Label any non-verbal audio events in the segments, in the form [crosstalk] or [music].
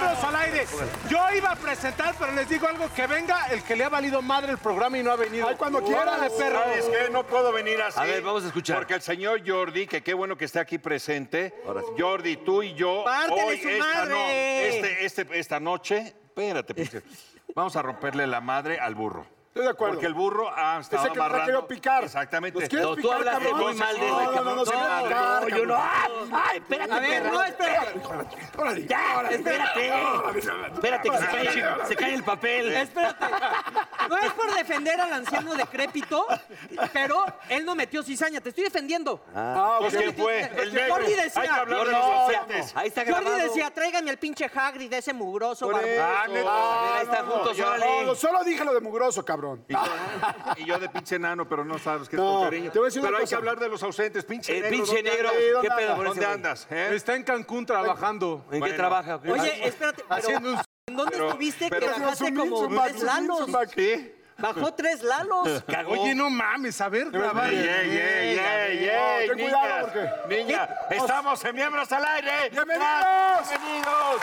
Mire, yo iba a presentar, pero les digo algo, que venga el que le ha valido madre el programa y no ha venido. Ay, cuando quiera, de perro. ¿Sabes qué? No puedo venir así. A ver, vamos a escuchar. Porque el señor Jordi, que qué bueno que esté aquí presente. Jordi, tú y yo. Pártele hoy, su esta, no, madre. este- este- esta noche. Espérate, [laughs] pues, Vamos a romperle la madre al burro. Estoy de acuerdo. Porque el burro ha estado Ese que nos ha amarrando. querido picar. Exactamente. Nos quiere No, tú Pues, picar, hablas cabrón. muy mal de este No, no, no, no, se cabrón. quiere No, picar, no, yo cabrón. no. Ay, espérate, A ver, perro. no, espérate. Órale. Ya, espérate. Espérate, que se cae, se cae el papel. Espérate. No es por defender al anciano decrépito, pero él no metió cizaña. Te estoy defendiendo. Ah, ok. Pues, ¿quién fue? El negro. Jordi decía- Hay que hablar de los No, no. ausentes. Ahí está grabado. Jordi decía, tráigame al pinche Hagrid, ese mugroso Por barbudo. eso. Ah, neta. A ver, ahí están juntos, No, no, órale. solo dije lo de mugroso, cabrón. Y yo, y yo de pinche nano, pero no sabes qué es No, con cariño. te voy a decir una pero hay cosa. Eh, que hablar de los ausentes, pinche El negro. pinche ¿dónde negro. andas? ¿Qué pedo con ese ¿Dónde güey? andas? eh? Está en Cancún trabajando. ¿En qué Bueno. trabaja? Oye, espérate, pero Haciendo un- ¿en dónde pero- estuviste que pero- bajaste Zumbi, como Zumba, tres Zumbi, lalos? Zumba. Sí. Bajó tres lalos. Oye, no mames, a ver, grabar. Ey, ey, ey, ey, ey, ten niñas, cuidado, porque- niña, estamos en Miembros al Aire. ¡Bienvenidos! ¡Bienvenidos!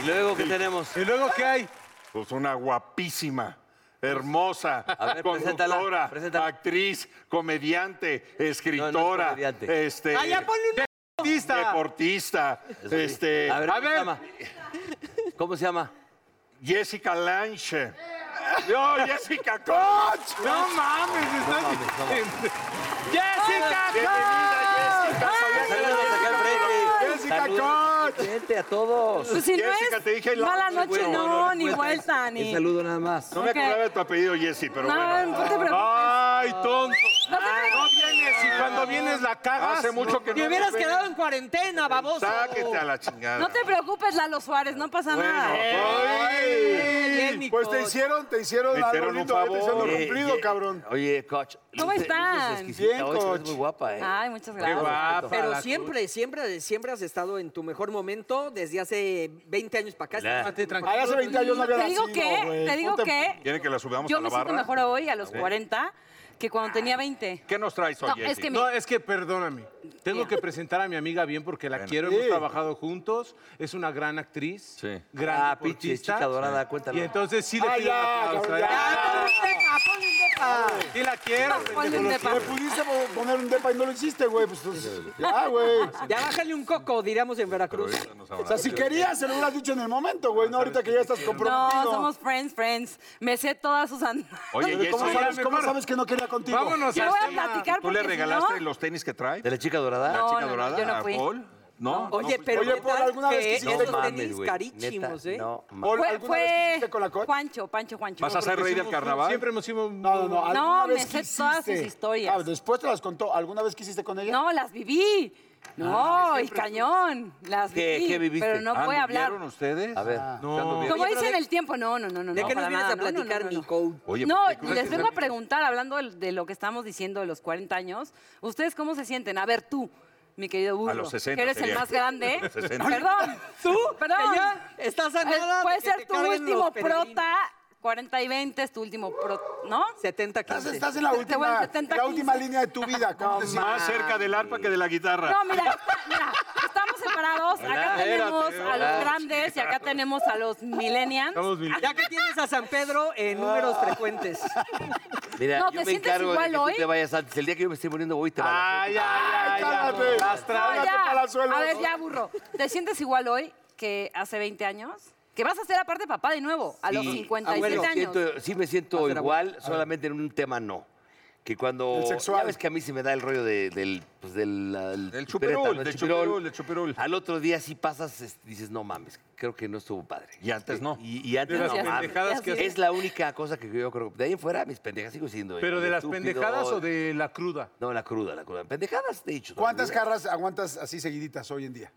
¿Y luego qué tenemos? ¿Y luego qué hay? Pues una guapísima, hermosa, A ver, preséntala, conductora, preséntala. actriz, comediante, escritora, comediante. este, Allá ponle un... Artista. deportista, este, A ver, a ¿cómo ver. se llama? ¿Cómo se llama? Jessica [laughs] Lange. Yo, Jessica Coach. No mames, estás... Bienvenida, Jessica. Saludos acá al frente. Jessica Saludos al frente a todos. Pues si Jessica, no es te dije la mala otra, noche, güey. no, No, no, ni vuelta, ni... Un saludo nada más. No me Ok. acordaba de tu apellido, Jessy, pero No, bueno. Ah. no te preocupes. Ay, tonto. No te No preocupes. vienes y cuando vienes la cagas. Hace mucho que no. Te hubieras nos ven. quedado en cuarentena, baboso. Sáquete a la chingada. No te preocupes, Lalo Suárez, no pasa nada. pues, Bien, mi Pues te coach. hicieron, te hicieron Me algo hicieron un lindo, eh, te hicieron favor. lo Eh, cumplido, eh, cabrón. Oye, coach. ¿Cómo luces- están? luces exquisita Bien, hoy, te ves coach. muy guapa, ¿eh? Ay, muchas Qué gracias. guapa. Pero la siempre, siempre, siempre has estado en tu mejor momento desde hace 20 años para acá. Claro. Ah, Estás en tu mejor Ay, hace 20 años no había Te digo nacido, que, güey. te digo Ponte- que ¿Quieren que la subamos yo a la me siento barra? mejor hoy a los 40 que cuando tenía 20. ¿Qué nos traes hoy, No, Jessy? es que mi- No, es que perdóname. Tengo que presentar a mi amiga bien porque la quiero, hemos Sí. trabajado juntos, es una gran actriz, Sí. gran Ah, deportista. pinche chica dorada, Y cuéntalo. entonces sí le Ay, pido ya, un aplauso, cabrón, ¿eh? Ah, ponle un depa, ponle un depa. Y la quiero. Ponle pendejo, un lo depa. quiero. Te Pues, pudiste poner un depa y no lo hiciste, güey. Pues, o Ya, güey. Ya bájale un coco, diríamos en Veracruz. sea, si querías, se lo hubieras dicho en el momento, güey. No, ahorita que ya estás No, comprometido. somos friends, friends. Me sé todas sus and- Oye, Jessy, ¿Cómo Oye, sabes, cómo mejor. sabes que no quería contigo? Vámonos Te al voy a tema. platicar ¿tú le porque si regalaste no- los tenis que trae? ¿De la chica dorada? ¿La No, chica no, no, dorada? yo no ¿A fui. Paul? No. pues, Oye, no, pero Oye, ¿qué Paul, tal ¿alguna vez que No quisiste esos mames, tenis güey. carísimos, Neta, ¿eh? No, mames. Ol, Fue, ¿Alguna vez fue quisiste con la coach? Pancho, Pancho, Pancho. ¿Vas a ser rey del carnaval? Siempre hemos sido... No, no, no. ¿alguna No, me vez sé quisiste? todas sus historias. Ah, después te las contó. ¿Alguna vez quisiste con ella? No, las viví. No, y cañón. Las ¿Qué- viví. qué viviste? Ah, Pero no voy a hablar. ¿Vieron ustedes? A ver. No. Como Oye, pero dicen de- el tiempo, no, no, no, no. ¿De no, qué nos para vienes nada, a no, no, no, platicar, no, mi no. coach? Oye, No, pues, ¿por qué crees les que vengo a se- preguntar, hablando del- de, lo que estamos diciendo de los 40 años, ¿ustedes cómo se sienten? A ver, tú, mi querido burro, A los 60 que eres sería. el más grande. A los 60. Perdón. ¿Tú? Perdón. Que ya estás a Eh, nada de Puede que te ser tu carguen último los peregrinos. prota, 40 y 20 es tu último prota, ¿no? 70 Estás, 15. estás en la Te voy en última, 70, la última 15. línea de tu vida. ¿Cómo te sientes? Más cerca del arpa que de la guitarra. No, mira, está- mira, estamos separados. Hola, Acá tenemos espérate, a hola. los grandes y acá tenemos a los millennials. Estamos mil- Ya que tienes a San Pedro en números Ah. frecuentes. Mira, No, yo ¿te me sientes encargo de igual que hoy? tú te vayas antes. El día que yo me esté poniendo hoy, te va Ay, ay, ay, cállate. Las No, trabas. Trágate ya. palazuelos. A ver, ya burro. ¿Te sientes igual hoy que hace 20 años? Que vas a ser aparte papá de nuevo, a los 57 abuelo, años. ah, siento- sí me siento igual, solamente en un tema no. Que cuando... El sexual. Ya ves que a mí se me da el rollo de- del... Pues, del ah, el Del chupireta, chupirul, ¿no? El del chupirul, del chupirul. Al otro día sí pasas, es- dices, no mames, creo que no estuvo padre. Y antes no. Y, y antes De las no mames. pendejadas que Es la única cosa que yo creo... De ahí en fuera, mis pendejas sigo siendo... ¿Pero el de las estúpido. pendejadas o de la cruda? No, la cruda, la cruda. Pendejadas, de hecho. ¿Cuántas también. jarras aguantas así seguiditas hoy en día?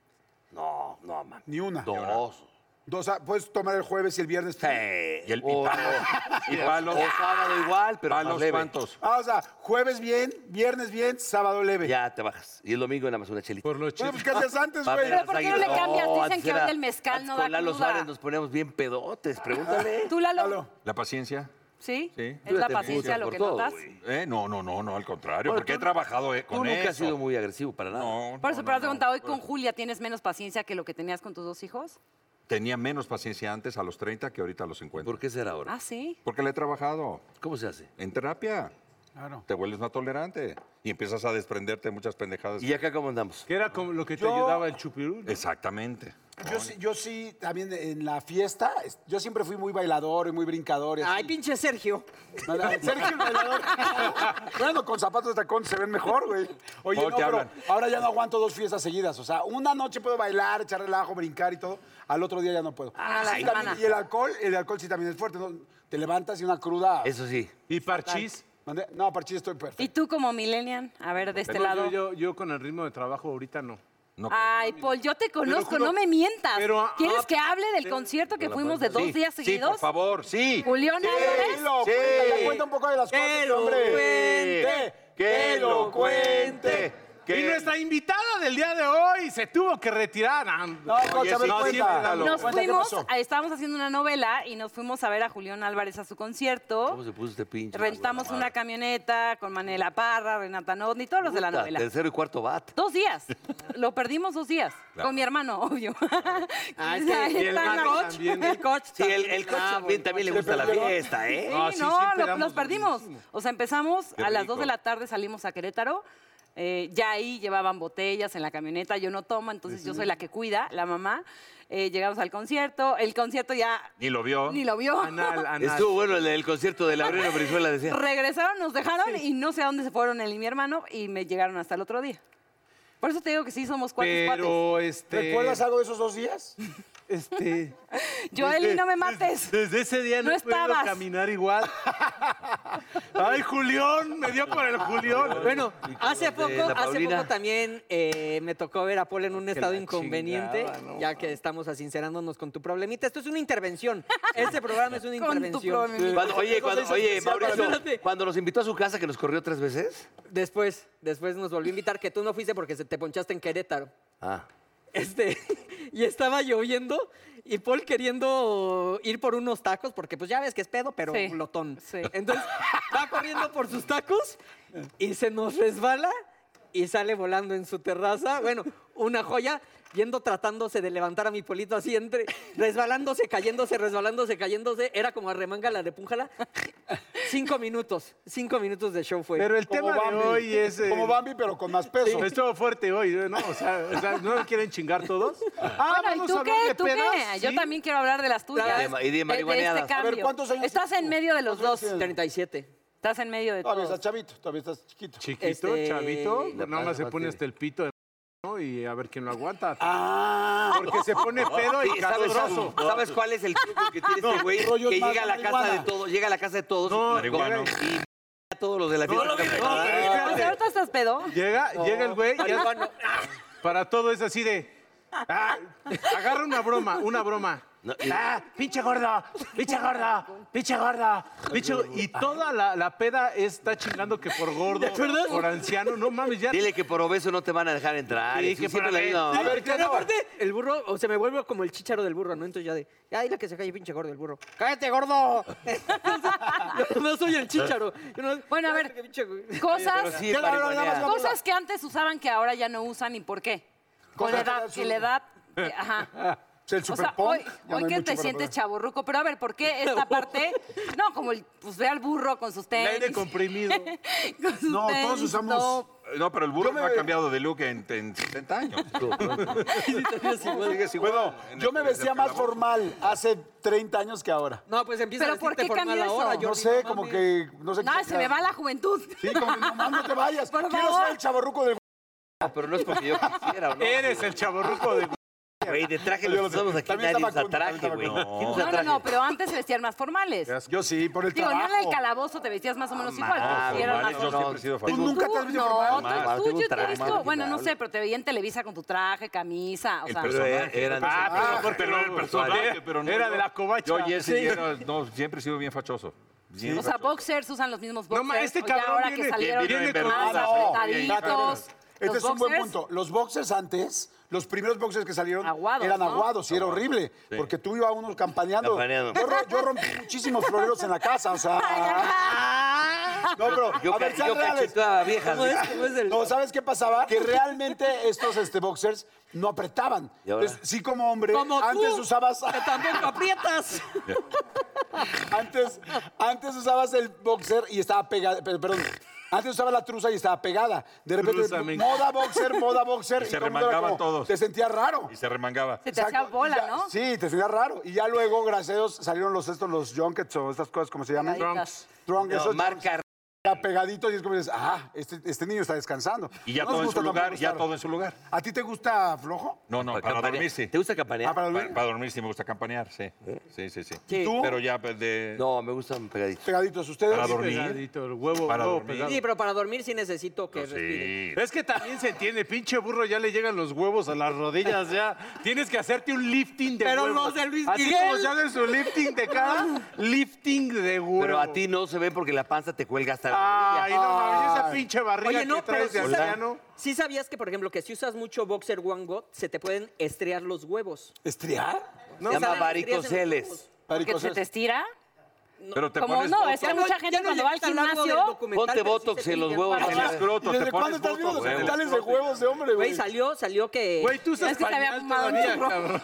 No, no, mames. Ni una. Dos. Dos, ah, puedes tomar el jueves y el viernes. Sí. Y el- y Oh, palos. O- [laughs] Y palos. O sábado igual, pero ¿Palos más leve. cuántos? Ah, o sea, jueves bien, viernes bien, sábado leve. Ya te bajas. Y el domingo nada más una chelita. Por lo Bueno, chido. pues ¿qué hacías antes, Va güey? a ver Pero ¿por las qué no le águilas. cambias? Dicen antes que ahora era- el mezcal antes no Con da Lalo cruda. [laughs] Suárez nos ponemos bien pedotes, pregúntale. ¿Tú, Lalo? Lalo. ¿La paciencia? ¿Sí? Sí. Es la Tú ya te paciencia empujas lo por que todo, notas. güey. Eh, No, no, no, no, al contrario, Bueno, porque tú- he trabajado eh, Tú con nunca eso. has sido muy agresivo para nada. No, Por eso, no, pero no, has no. preguntado hoy con Julia, ¿tienes menos paciencia que lo que tenías con tus dos hijos? Tenía menos paciencia antes a los 30 que ahorita a los 50. ¿Por qué será ahora? Ah, sí. Porque le he trabajado ¿Cómo se hace? en terapia. Claro. Te vuelves más tolerante y empiezas a desprenderte de muchas pendejadas. ¿Y acá cómo andamos? Que era como lo que te Yo- ayudaba el chupirú. ¿no? Exactamente. Yo sí, yo sí, también en la fiesta, es- yo siempre fui muy bailador y muy brincador. y así. Ay, pinche Sergio. Sergio el bailador. [laughs] bueno, con zapatos de tacón se ven mejor, güey. Oye, Luego no, te pero hablan. ahora ya no aguanto dos fiestas seguidas. O sea, una noche puedo bailar, echar relajo, brincar y todo. Al otro día ya no puedo. Ah, la Sí, semana. también- y el alcohol, el alcohol sí también es fuerte. ¿no? Te levantas y una cruda. Eso sí. Y parchís. Mandé- No, parchís, estoy ¿Y perfecto. tú como millennial? A ver, de este No, lado. Yo, yo, yo con el ritmo de trabajo ahorita no. No, Ay, Paul, yo te conozco, juro- no me mientas. pero, ah, ¿Quieres ah, que hable eh, del concierto que fuimos de dos Sí, días Sí, por seguidos? favor, sí. Julián Álvarez. lo Sí. cuente, cuenta un poco de las Que cosas, lo hombre. cuente, que lo cuente. Y nuestra invitada del día de hoy se tuvo que retirar. Ah, No, Concha, a ver, no, siempre cuenta. la lo- Nos Cuenta, ¿qué fuimos, pasó? a- estábamos haciendo una novela y nos fuimos a ver a Julián Álvarez a su concierto. ¿Cómo se puso este pinche? Rentamos una camioneta con Manela Parra, Renata Nodni, todos los de la Puta, novela. Tercero y cuarto bat. Dos días. Lo perdimos dos días. Claro. Con mi hermano, obvio. [laughs] Ah, es Ahí que- está y el la- Nacho también. ¿eh? El coche. Sí, el, el coche también, también le gusta la fiesta, Sí, ¿eh? Ah, sí, sí, no, lo- pegamos los perdimos. durísimo. O sea, empezamos Qué a las rico. 2 de la tarde, salimos a Querétaro. eh, ya ahí llevaban botellas en la camioneta, yo no tomo, entonces yo soy la que cuida, la mamá. Eh, llegamos al concierto, el concierto ya Ni lo vio. ni lo vio. Anal, anal. Estuvo bueno el, el concierto de Laureno Brizuela, decía. Regresaron, nos dejaron y no sé a dónde se fueron él y mi hermano y me llegaron hasta el otro día. Por eso te digo que sí somos cuates, cuates. Pero este. ¿Recuerdas algo de esos [laughs] dos días? Este. Joeli, no me mates. Desde ese día no, No he podido estabas. caminar [laughs] igual. Ay, Julián, me dio por el Julián. Bueno, hace poco, la hace Paulina. poco también eh, me tocó ver a Paul en un estado la inconveniente, chingada, no ya que estamos asincerándonos con tu problemita. Esto es [laughs] una intervención. Este programa es una Con tu intervención. problemita. Cuando- oye, cuando, oye, Espérate. Mauricio, cuando nos invitó a su casa que nos corrió tres veces. Después, después nos volvió a invitar, que tú no fuiste porque se te ponchaste en Querétaro. Ah. Este, [laughs] y estaba lloviendo y Paul queriendo ir por unos tacos, porque pues ya ves que es pedo, pero Sí, glotón. sí. Entonces va corriendo por sus tacos y se nos resbala y sale volando en su terraza. Bueno, una joya, yendo tratándose de levantar a mi polito así entre, resbalándose, cayéndose, resbalándose, cayéndose. Era como arremanga la de pújala. Cinco minutos, cinco minutos de show fue. Pero el Como tema de Bambi. hoy es. eh, Como Bambi, pero con más peso. Estuvo fuerte hoy, ¿no? O sea, o sea, ¿no me quieren chingar todos? Ah, Bueno, ¿y tú qué? ¿Tú qué? Yo sí. también quiero hablar de las tuyas. Claro. Y Ah, de ma- y de este marihuaneadas. A ver, cambio. ¿cuántos años Estás tienes en tú? medio de los dos. ¿Cuántos años 37. Estás en medio de Todavía todos. estás chavito, todavía estás [laughs] chiquito. Chiquito, Este, chavito, la nada más panza se más pone tiene. hasta el pito de ¿no? y a ver quién lo aguanta. Ah, Porque [laughs] se pone pedo y Sí, ¿sabes, castroso. sabes cuál es el truco que tiene este güey? Rollos Que más llega a la casa de marihuana. todos, llega a la casa de todos No, marihuano. y a todos los de la fiesta. pero espérate. O sea, ahorita estás pedo. Llega, llega el güey y es- Marihuano. para todo es así de... ah, agarra una broma, una broma. No, y- Ah, pinche gordo, pinche gordo, pinche gordo, pinche gordo. Y toda la, la peda está chingando que por gordo, por anciano, no mames, ya. Dile que por obeso no te van a dejar entrar. Sí, y sí, que siempre por- la misma- A ver, Pero aparte, el burro, o se me vuelve como el chicharo del burro, ¿no? Entonces ya de, ya dile que se calle pinche gordo el burro. ¡Cállate, gordo! yo no soy el chicharo. Yo no- Bueno, a "Cállate, ver, que pinche güey". pero Cosas, sí, Ya, no, no, nada más, marihuanea. cosas que antes usaban que ahora ya no usan y por qué. Con la Cosas que edad, eran que su- la edad. eh, Ajá. es [laughs] el O super sea, hoy, hoy que te sientes chaborruco, pero a ver, ¿por qué [laughs] esta parte? No, como el, pues ve al burro con sus El tenis. [laughs] aire comprimido. con sus No, todos tenis, usamos- todo. No, pero el burro Yo me- no ha cambiado de look en, en 60 años. Sigues igual. En Yo me el- vestía en más la boca. formal formal hace 30 años que ahora. No, pues empieza ¿Pero a por decirte qué formal cambió eso? ahora, No No Jordi, sé, como mames. que... No sé No, se me va la juventud. Sí, como [laughs] nomás no te vayas. Por Quiero favor. ser el chaborruco del... Ah, pero no es porque yo quisiera, ¿o ¿no? Eres el chaborruco de... [laughs] Güey, de traje Yo los lo sé. usamos aquí, También nadie está usa Facundo, traje, güey. también está ¿Quién usa No, no, no, traje? pero antes se vestían más formales. Yo sí, por el Digo, no trabajo. en el calabozo te vestías más o menos igual, Ah, pero sí eran formales, más no, formales. siempre he sido Tú formal. ¿Nunca te has visto No, formal? tú- Mal, tú, tengo yo te he trauma, visto, tengo bueno, no trauma. sé, pero te veía en Televisa con tu traje, camisa, o El sea, personaje. e-, eran- Ah, pero porque Pero el no- personaje, era- pero no, era yo- de la covacha. Yo Jesse Sí. era- no, siempre he sido bien fachoso. Bien o sea, fachoso. boxers usan los mismos No, boxers. ma, este o ya cabrón ahora viene- que salieron viene con- más Ah, no, apretaditos. Espérate, espérate. los Este es un buen boxers, punto. Los boxers antes los primeros boxers que salieron Aguados, eran ¿no? aguados y era horrible. Porque tú ibas uno campaneando. Campaneando. Yo, ro- yo rompí muchísimos floreros en la casa, [laughs] o sea. No, pero, Yo, a ver, ca- sean yo reales. cacheteaba a viejas. ¿Cómo es? ¿Cómo es el- No, ¿sabes qué pasaba? Que realmente estos este, boxers no apretaban. ¿Y ahora? Entonces, sí, como hombre, Como antes tú, usabas. que tampoco aprietas. [laughs] Antes, antes usabas el boxer y estaba pegada. Perdón. Antes usabas la trusa y estaba pegada. De repente, Trusa, me encanta. moda boxer, moda boxer. Y se todo el mundo era remangaban como- todos. Te sentías raro. Y se remangaba. Se te hacía Exacto, y bola, ya- ¿no? Sí, te sentías raro. Y ya luego, gracias a Dios, salieron los estos, los junkets o estas cosas, ¿cómo se llaman? Pegaditas. Drunk, No, esos marca. ya pegaditos y es como dices, ah, este, este niño está descansando. Y ya No nos todo en gusta su lugar, tampoco ya estar- todo en su lugar. ¿A ti te gusta flojo? No, no, para Campane- dormir sí. ¿Te gusta campanear? Ah, para Pa- dormir. Para dormir sí me gusta campanear, sí. Sí, sí, sí. ¿Y tú? Pero ya pues, de... No, me gustan pegaditos. Pegaditos, ustedes. Para dormir. Pegadito, el huevo, Para huevo dormir. pegado. eh, Sí, pero para dormir sí necesito que Pues No, respire. sí. Es que también se entiende, pinche burro, ya le llegan los huevos a las rodillas, ya. Tienes que hacerte un lifting de Pero huevo. los de Luis Así Miguel. como se hacen su lifting de cara, lifting de huevo. Ah. Pero a ti no se ve porque la panza te cuelga hasta la Ay, rodilla. no mames, esa Ay. pinche barriga Oye, no, que pero traes sí, de sab- anciano. sí sabías que, por ejemplo, que si usas mucho boxer one god, se te pueden estrear los huevos. ¿Estriar? Se llama Salen estrías en los varicoceles. huevos. Que se Varicocés. te estira. Pero te Como pones... no, botox. es que mucha gente cuando va al llegué hasta el largo del gimnasio. documental, Ponte pero sí botox se en los tienen huevos. barba. En el escroto, ¿Y te desde cuándo pones estás viendo botox. los en el hospitales de escroto. huevos de hombre, Güey, güey? salió, salió que... Güey, tú usas Es que se había pañal fumado un todavía, churro. cabrón.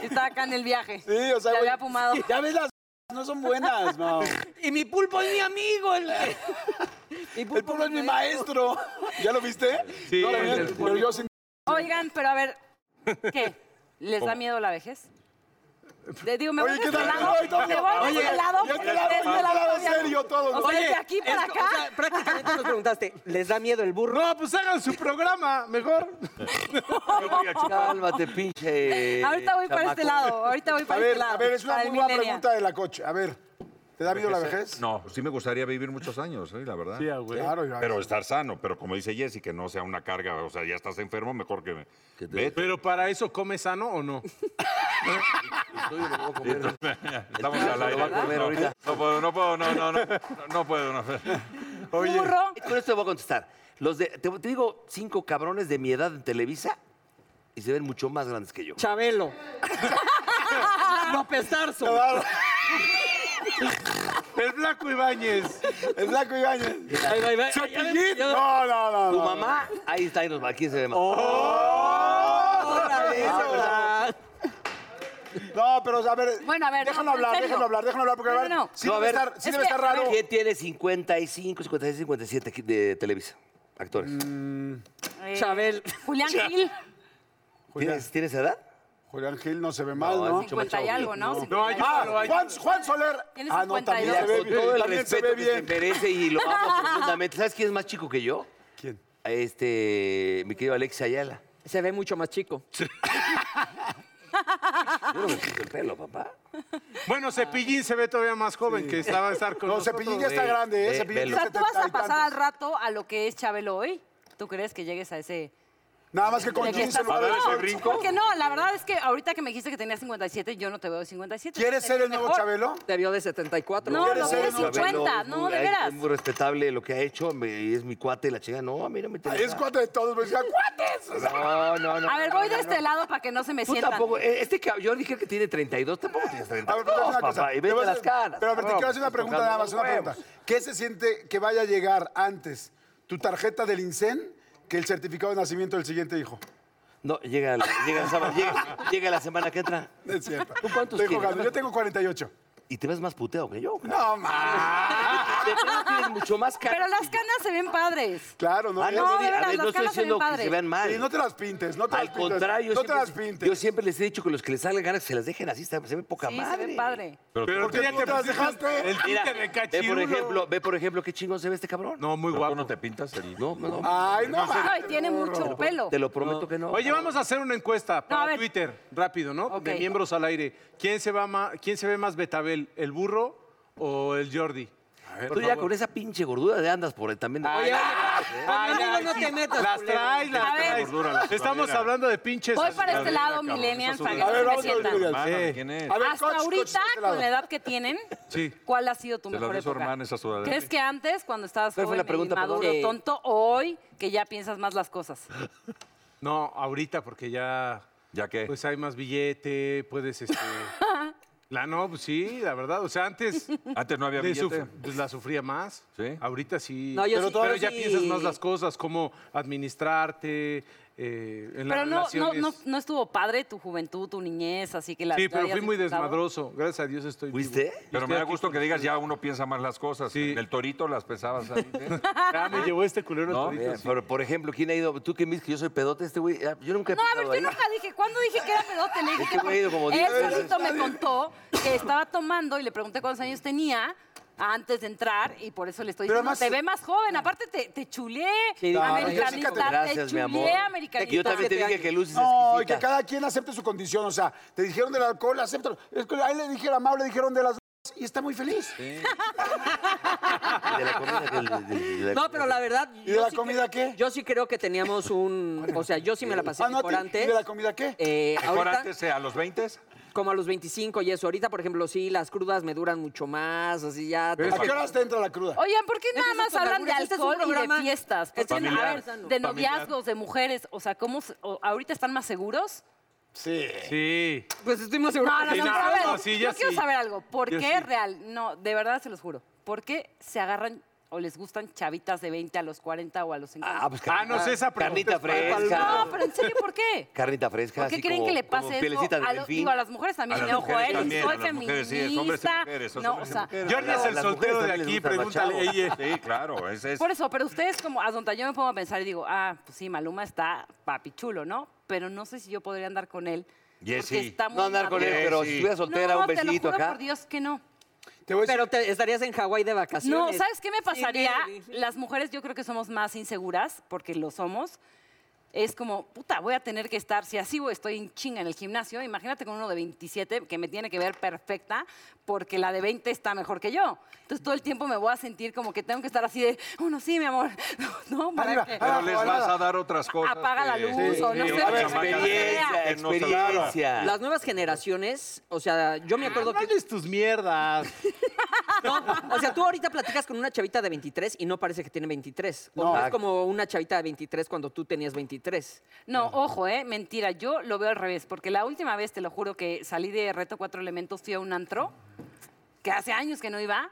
Estaba acá en el viaje. Sí, o sea, Se güey, había fumado. Ya ves las [laughs] no son buenas, [laughs] no. Y mi pulpo Pues es mi amigo. el- [laughs] mi El pueblo es mi maestro. ¿Ya lo viste? Sí, No, la es vi, el pero yo sin... Oigan, pero a ver, ¿qué? ¿Les da miedo la vejez? Te digo, me voy Oye, ¿qué de este tal? lado, Oye, todo- me voy de Oye, este lado, yo te la- de este yo te la lado, doy ya. serio, todos. O sea, de aquí para es- acá. O sea, prácticamente nos preguntaste, ¿les da miedo el burro? No, pues hagan su programa, [laughs] mejor. Yo [laughs] voy a chupar. Cálmate, [laughs] pinche. ahorita voy para este chamaco. lado, ahorita voy A para este ver, lado. a ver, es una para el muy buena millennial. pregunta de la coche. A ver, ¿te da miedo la vejez? No, sí me gustaría vivir muchos años, ¿eh? la verdad. güey. Claro, ya. Pero estar sano, pero como dice Jessy, que no sea una carga, o sea, ya estás enfermo, mejor que... Vete. Pero para eso, ¿come sano o no? [laughs] Estamos Lo al aire. va a comer no, ahorita. no puedo, no puedo, no, no, no, no, no puedo. No. [laughs] Burro, Con esto te voy a contestar. Los de, te, te digo cinco cabrones de mi edad en Televisa y se ven mucho más grandes que yo. Chabelo. López Tarso. El Blanco Ibáñez. Es Blanco Ibáñez. Ahí va, ahí va. ¿Cepillín? No, no, no. Tu no. Oh. mamá, ahí está, ahí nos va. ¿Quién se ve más? Otra vez, hola. No, pero a ver. Bueno, a ver, Déjalo no, en hablar, serio. déjalo hablar, déjalo hablar, porque No, a ver. no, no. Sí, No, a debe ver, estar, sí es que, debe estar a ver, raro. ¿Quién tiene 55, 56, 57 aquí de Televisa? Actores. Mm. eh, Chabel. Julián Gil, ¿Tienes, tienes edad? Julián Gil no se ve mal, ¿no? No, es 50 y algo, ¿no? 50 No, y hay- algo. Pero Ah, Juan, Juan Soler. Tiene Ah, no, 52. también se ve Con bien. todo el también se respeto ve que se bien. merece y lo [laughs] amo profundamente. ¿Sabes quién es más chico que yo? ¿Quién? Este, mi querido Alex Ayala. Se ve mucho más chico. [laughs] Yo no me quito el pelo, papá. Bueno, Cepillín se ve todavía más joven que estaba a estar con No, nosotros. Cepillín ya está ve, grande, ¿eh? ve, Cepillín O sea, tiene tú vas a 70 y pasar al tantos. rato a lo que es Chabelo hoy. ¿Tú crees que llegues a ese... Nada más que con de que 15 estás- en lugar de ver, ese No, 18. brinco. Porque no, la verdad es que ahorita que me dijiste que tenías 57, yo no te veo 57. ¿Quieres Te ser ves el nuevo mejor. Chabelo? Te vio de 74. No, ¿Quieres lo ser que el es nuevo 50, Chabelo, no, de es- veras. Es muy respetable lo que ha hecho. me- Es mi cuate, la chica. No, a mí no me Ay, interesa. Es cuate de todos, me decía, ¡cuates! O sea, No, no, no. A ver, no, voy no, de este no. lado para que no se me Tú sientan. tampoco. eh, Este cab- yo dije que tiene 32. Tampoco tienes A 32, ver, pero te voy a hacer una cosa. papá. Y Te vete voy a a las hacer- caras. Pero a ver, te cabrón, quiero hacer una estás pregunta nada más, tocando una los pregunta. huevos. ¿Qué se siente que vaya a llegar antes tu tarjeta del INSEN que el certificado de nacimiento del siguiente hijo? No, llega, la- llega el sábado. llega, llega la semana que entra. Es cierto. ¿Tú cuántos Estoy tienes? jugando, Yo tengo 48. Y te ves más puteado que yo. Ah, cabrón. No, mames. Te creo que eres mucho más caro. [laughs] Pero las canas se ven padres. Claro, no. Ah, es- no, no, de di- a veras, ver, las no estoy canas se ven diciendo que padre. se vean mal. Sí, no te las pintes, no te Al las pintes. contrario, no te siempre, las les- pintes. yo siempre les he dicho que los que les salen ganas que se las dejen así, se se ve poca Sí, madre. se ven padre. Pero tú Porque ya tú te te las pusiste dejaste. El Mira, tinte de ve por cachirulo. ejemplo, ve por ejemplo qué chingón se ve este cabrón. No, Pero muy tú guapo. no te pintas el... no, no. no. Ay, no, mames. Ay, tiene mucho pelo. Te lo prometo que no. Oye, vamos a hacer una encuesta a para ver. Twitter, rápido, ¿no? Ok. De miembros al aire. ¿Quién se, va ma- ¿Quién se ve más Betabel, el burro o el Jordi? Tú ya con esa pinche gordura de andas por ahí también. Ay, Oye, ay, conmigo ay, no sí, te metas, Las culero. traes, las A ver. traes. Gordura, la Estamos sudadera. hablando de pinches. Voy para este lado, cabrón, millennials, eso para que A no ver, se me vamos con sientan. Ah, Julián. Hermana, Sí. ¿quién es? A ver, Hasta coach, coach, ahorita, de este lado. con la edad que tienen, Sí. ¿cuál ha sido tu Se la mejor dio su época? hermana esa sudadera. ¿Crees que antes, cuando estabas ¿Cuál fue joven, la pregunta, medio perdón? inmaduro, tonto, o hoy, que ya piensas más las cosas? No, ahorita porque ya. ¿Ya qué? Pues hay más billete, [laughs] puedes este. La no, pues sí, la verdad. O sea, antes. Antes no había le billete. suf- pues la sufría más. Sí. Ahorita sí. No, yo pero sí- todavía pero ya sí. piensas más las cosas, cómo administrarte, eh, en las Pero no, no, relaciones. no, no estuvo padre tu juventud, tu niñez, así que la Sí, la pero hayas fui muy disfrutado. desmadroso. Gracias a Dios estoy vivo. ¿Fuiste? Y Pero estoy me da aquí gusto con que digas, ustedes. ya uno piensa más las cosas. Sí. En el torito las pensabas ahí. ¿eh? Ya me llevó este culero No, todito, Mira, sí. Pero, por ejemplo, ¿quién ha ido? ¿Tú que me dices que yo soy pedote? Este güey, ah, yo nunca he No, a ver, pisado yo ahí. nunca dije, ¿cuándo dije que era pedote? Le dije Este que era güey ha ido como diez Él veces. solito me contó que estaba tomando y le pregunté cuántos años tenía antes de entrar y por eso le estoy Pero diciendo, además- te ve más Ah. joven, aparte te, te chuleé, Sí, americanista, Jessica, te "Ah, Gracias, mi amor. chuleé, americanista. Yo también te dije que luces No, y que exquisita. cada quien acepte su condición. O sea, te dijeron del alcohol, acéptalo. Es que a él le dijeron a Mau, le dijeron de las drogas y está muy feliz. De la comida que le- de- de la- No, pero la verdad. ¿Y de yo la sí comida creo- qué? Yo sí creo que teníamos un. O sea, yo sí me la pasé Ah, no, mejor ¿y antes. de la comida qué? Eh, Mejor ahorita, antes, eh, a los 20. como a los 25 y eso. Ahorita, por ejemplo, sí, las crudas me duran mucho más, así ya. ¿A qué horas te entra la cruda? Oigan, ¿por qué nada Empieza más con hablan de albures, este es un alcohol y de programa- fiestas? ¿Por Este qué es no- a ver, familiar. de noviazgos, de mujeres, o sea, ¿cómo se- o- ahorita están más seguros? Sí. Sí. Pues estoy más [laughs] seguro No, no, Sí, no, no, a ver, no, sí, ya yo quiero sí. saber algo. ¿Por Yo qué sí. real? No, de verdad se los juro. ¿Por qué se agarran o les gustan chavitas de 20 a los 40 o a los 50? Ah, pues Ah, no sé, esa Carnita pregunta es para el fresca. no, pero en serio, ¿por [laughs] qué? Carnita fresca. ¿Por qué así creen como- que le como pase eso pielecita de a, lo- delfín. digo, a las mujeres también? A las eh, ojo, mujeres eh, también, soy a las mujeres, sí, es hombres y feminista. mujeres, no, o hombres y sea, mujeres. Jordi a es el las mujeres soltero de también les aquí, gustan los pregúntale. chavos. Ella. Sí, claro. ese es- por eso, pero ustedes como a donde yo me pongo a pensar y digo, ah, pues sí, Maluma está papi chulo, ¿no? Pero no sé si yo podría andar con él. Yes, porque sí. está muy No andar con él, maduro. Sí, pero sí. si estuviera soltera, no, un te lo besito juro acá. por Dios que no. Te voy a decir, Pero te- estarías en Hawái de vacaciones. No, ¿sabes qué me pasaría? Sí, sí, sí. Las mujeres yo creo que somos más inseguras, porque lo somos. Es como, puta, voy a tener que estar, si así voy, estoy en chinga en el gimnasio, imagínate con uno de 27 que me tiene que ver perfecta, porque la de 20 está mejor que yo. Entonces todo el tiempo me voy a sentir como que tengo que estar así de, oh, no, sí, mi amor. [laughs] No, no, para Arriba, que- Pero Ah, les ahora- vas a dar otras cosas. Apaga la que- luz, o no que sé, una a ver, chamaca experiencia, que no se la da. experiencia. Las nuevas generaciones, o sea, yo me acuerdo No que. hables tus mierdas. [laughs] No, o sea, tú ahorita platicas con una chavita de 23 y no parece que tiene 23. O No. sea, es como una chavita de 23 cuando tú tenías 23. No, ojo, eh, mentira, yo lo veo al revés, porque la última vez, te lo juro, que salí de Reto Cuatro Elementos, fui a un antro, que hace años que no iba,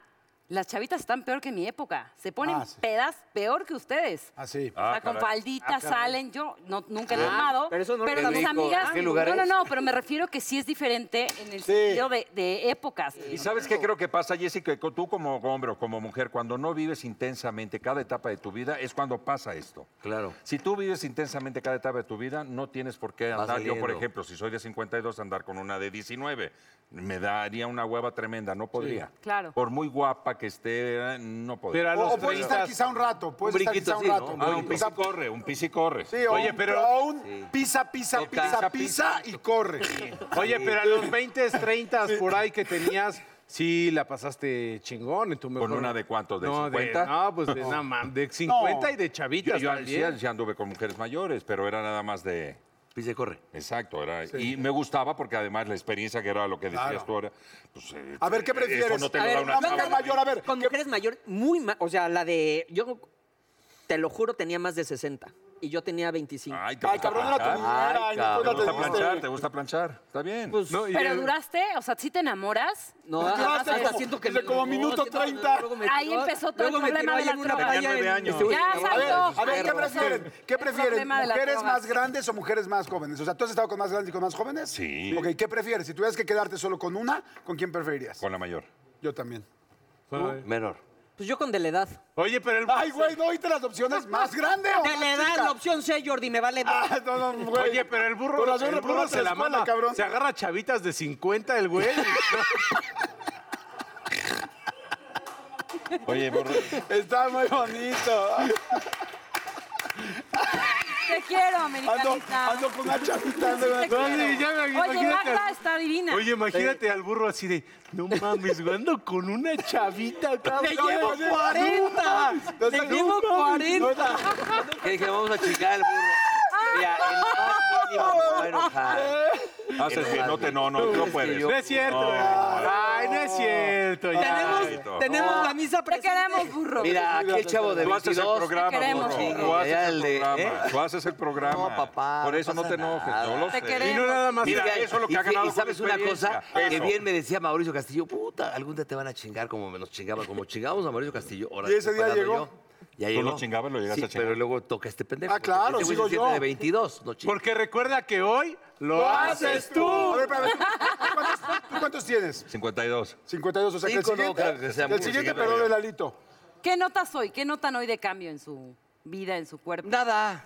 las chavitas están peor que mi época, se ponen Ah, sí. pedas peor que ustedes. [laughs] Así. O sea, Ah, con caray. falditas salen, yo no, nunca he tomado, pero eso no pero lo mis ubico. amigas... ¿En qué no, lugares? no, no, pero me refiero que sí es diferente en el Sí. sentido de, de épocas. ¿Y sabes qué creo que pasa, Jessica? Que Tú como hombre o como mujer, cuando no vives intensamente cada etapa de tu vida, es cuando pasa esto. Claro. Si tú vives intensamente cada etapa de tu vida, no tienes por qué Vas andar. Yo, por saliendo. ejemplo, si soy de 52, andar con una de 19. Me daría una hueva tremenda, no podría. Claro. Por muy guapa que esté, eh, no podría. Pero a O, los o puedes 30. estar quizá un rato, puedes Un estar brinquito quizá un sí, rato. ¿no? Ah, un O pis sea, y corre, un pis y corre. Sí, o Oye, un- pero- o un pisa, pisa, No, pisa, pisa, pisa y corre. Oye, pero a los 20, 30 por ahí que tenías, sí la pasaste chingón en tu mejor. una de cuántos? ¿De no, 50? no, pues de nada más, de 50 y de Yo, chavitas yo también. sí, sí anduve con mujeres mayores, pero era nada más de... Pisa y corre. Exacto, era, y me gustaba porque además la experiencia que era lo que decías Claro. tú ahora. pues, eh, A ver, ¿qué eso prefieres? no te A lo ver, da una vamos chava. con mayor, a ver. Con mujeres mayores, muy mal. O sea, la de. Yo te lo juro, tenía más de 60 y yo tenía 25. Ay, te Ay, gusta cabrón, era tu planchar. niñera. Ay, Ay, no, Te cabrón. te gusta diste. planchar, te gusta planchar. Está bien. Pues, No, y Pero el- duraste, o sea, ¿sí te enamoras? no, Te además, quedaste hasta como- siento que. desde me- como minuto siento- 30. luego me Ahí tiró- empezó todo el luego me problema tiró de ahí la en una droga. playa Tenía nueve en- años. este güey- Ya A ver, saltó. a ver, ¿qué Pero- prefieren? ¿Qué El prefieren? problema de las ¿Mujeres drogas. más grandes o mujeres más jóvenes? O sea, ¿tú has estado con más grandes y con más jóvenes? Sí. Ok, ¿qué prefieres? Si tuvieras que quedarte solo con una, ¿con quién preferirías? Con la mayor. Yo también. Ay. Menor. Pues yo con de la edad. Oye, pero el. Ay, güey, ¿no oíste las opciones? ¿Más grande o De más la edad, chica? la opción C, Jordi, me vale. Ah, no, no, güey. Oye, pero el burro, Con razón el burro reprobaste se la escuela, manda, cabrón. Se agarra chavitas de 50 el güey. Oye, burro, Está muy bonito. Te quiero, Ando, americanista. ando con pues, una chavita. ando con una- Te quiero. Oye, ya me- Oye, imagínate. Magda está divina. Oye, imagínate al burro así de, no mames, güey, ando con una chavita, cabrón. ¡Le llevo Oye, 40! No, ¡Le no, llevo no, 40! ¿Qué dije? Vamos a chingar el burro. Mira, el más mínimo, bueno, ja. haces bien, no pues, te, no, no, no puedes. No es cierto. No. Ay, no es cierto. ya. Tenemos, tenemos la misa Te presente. queremos, burro. Mira, aquel chavo de Tú haces el 22. programa, te queremos, burro. burro. Tú haces Ya el el de- programa. ¿eh? Tú haces el programa. No, papá, Por no eso no, pasa te enojes. nada. No lo Te sé. Y queremos. no nada más. Mira, Mira, eso es lo que y ha fie- ganado Y con sabes una experiencia. cosa que Eso. bien me decía Mauricio Castillo, puta, algún día te van a chingar como me nos chingaban, como chingábamos a Mauricio Castillo. Ahora ¿Y ese estoy día pagando llegó? yo. Ya Tú llegó. lo chingabas, lo llegaste Sí, a chingar. Pero luego toca este pendejo. Ah, porque claro, este güey sigo se siente yo. de 22, no chingas. Porque recuerda que hoy lo, haces tú. A ver, espérame, ¿tú cuántos, tú cuántos tienes? 52. 52, o sea, Cinco, que el no siguiente, creo que sea el mucho, siguiente sí, perdón pero- es Lalito. ¿Qué notas hoy? ¿Qué notan hoy de cambio en su vida, en su cuerpo? Nada.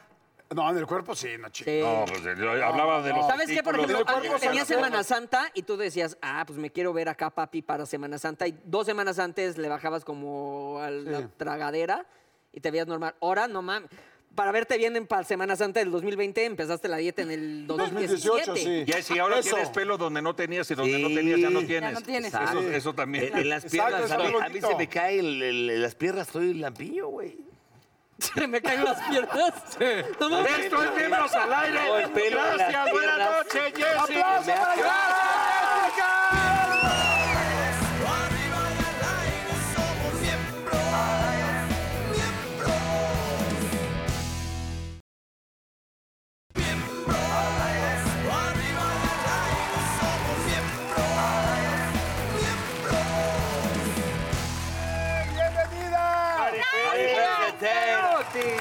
No, en el cuerpo sí, no chico. Sí. No, pues, yo hablaba de los ¿Sabes qué? Por ejemplo, artículos de- antes tenía Semana Santa y tú decías, ah, pues me quiero ver acá, papi, para Semana Santa. Y dos semanas antes le bajabas como a la tragadera y te veías normal. Ahora, no mames. Para verte bien en- para Semana Santa del 2020, empezaste la dieta en el 2017. 2018, sí. Ya, si ahora Eso. tienes pelo donde no tenías y donde Sí. no tenías, ya no Ya tienes. no tienes. Eso, Exacto. eso también. En, en las Exacto, piernas, está a, mí, muy a mí bonito. se me caen el- el- el- las piernas, soy lampiño, güey. Se me caen las piernas. No mames. Esto es miembros al aire. No, el pelo de las Gracias, buenas piernas. noches, Jessy. Me ha- ¡Bienvenida! Este,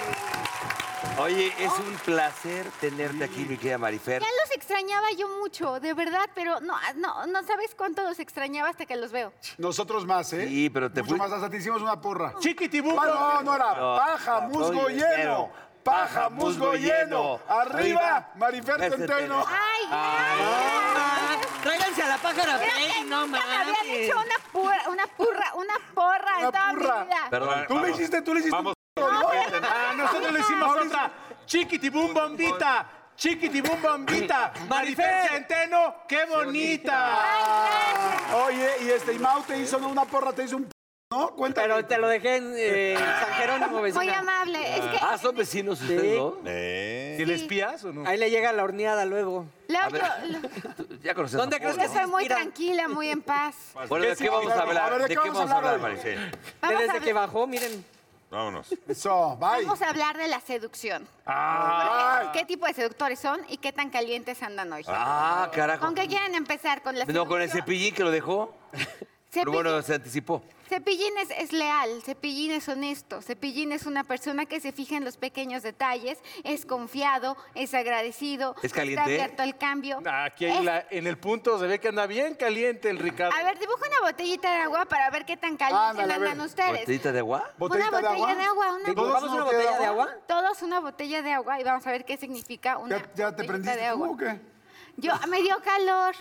Oye, es un placer tenerte aquí, mi querida Marifer. Ya los extrañaba yo mucho, de verdad, pero no, no, no sabes cuánto los extrañaba hasta que los veo. Nosotros más, ¿eh? Sí, pero te Mucho fui- más, hasta te hicimos una porra. Chiquitibuco. Ah, no, no era. No. Paja, musgo Oye, lleno. pero- Paja, musgo lleno. Arriba, Marifer Marifer Centeno. Centeno. ¡Ay, Ah, Tráiganse a la pájara, Creo que Fey, no nunca me mames. habían hecho una purra, una purra, una porra Una en toda purra. mi vida. Perdón. Tú le hiciste, tú le hiciste. Vamos. Ah, nosotros le hicimos otra. Chiquitibum bombita. Chiquitibum bombita. Marifer Centeno, qué bonita. Oye, y este, y Mau te hizo no una porra, te hizo un... p- ¿No? Cuéntame. Pero te lo dejé en eh, San Jerónimo, Muy vecina. amable. Es que Ah, son vecinos ustedes, Sí. ¿no? Eh. ¿Y le espías o no? Ahí le llega la horneada luego. Leo, A ver. yo, Tú- Ya conoces. ¿Dónde a crees Paul, yo que ¿no? se- soy muy Mira. tranquila, muy en paz. Bueno, ¿de qué vamos a hablar? ¿De qué vamos a hablar, hoy? Marifer? Vamos, a, Desde que hablar- bajó, miren. Vámonos. Eso, bye. vamos a hablar de la seducción. Porque, ¿Qué tipo de seductores son y qué tan calientes andan hoy? Ah, carajo. ¿Con qué quieren empezar? ¿Con la No, con el seducción? cepillín que lo dejó. Pero Cepillín- bueno, se anticipó. Cepillín es, es leal, Cepillín es honesto, Cepillín es una persona que se fija en los pequeños detalles, es confiado, es agradecido, ¿Es caliente? está abierto al cambio. Ah, Aquí Es- en, la- en el punto se ve que anda bien caliente el Ricardo. A ver, dibuja una botellita de agua para ver qué tan calientes Ándale, a ver. andan ustedes. ¿Botellita de agua? una botella de agua, una ¿Todos ¿Vamos una botella de agua? Todos una botella de agua y vamos a ver qué significa una ¿Ya, ya te botellita prendiste de tú agua. o qué? Yo me dio calor.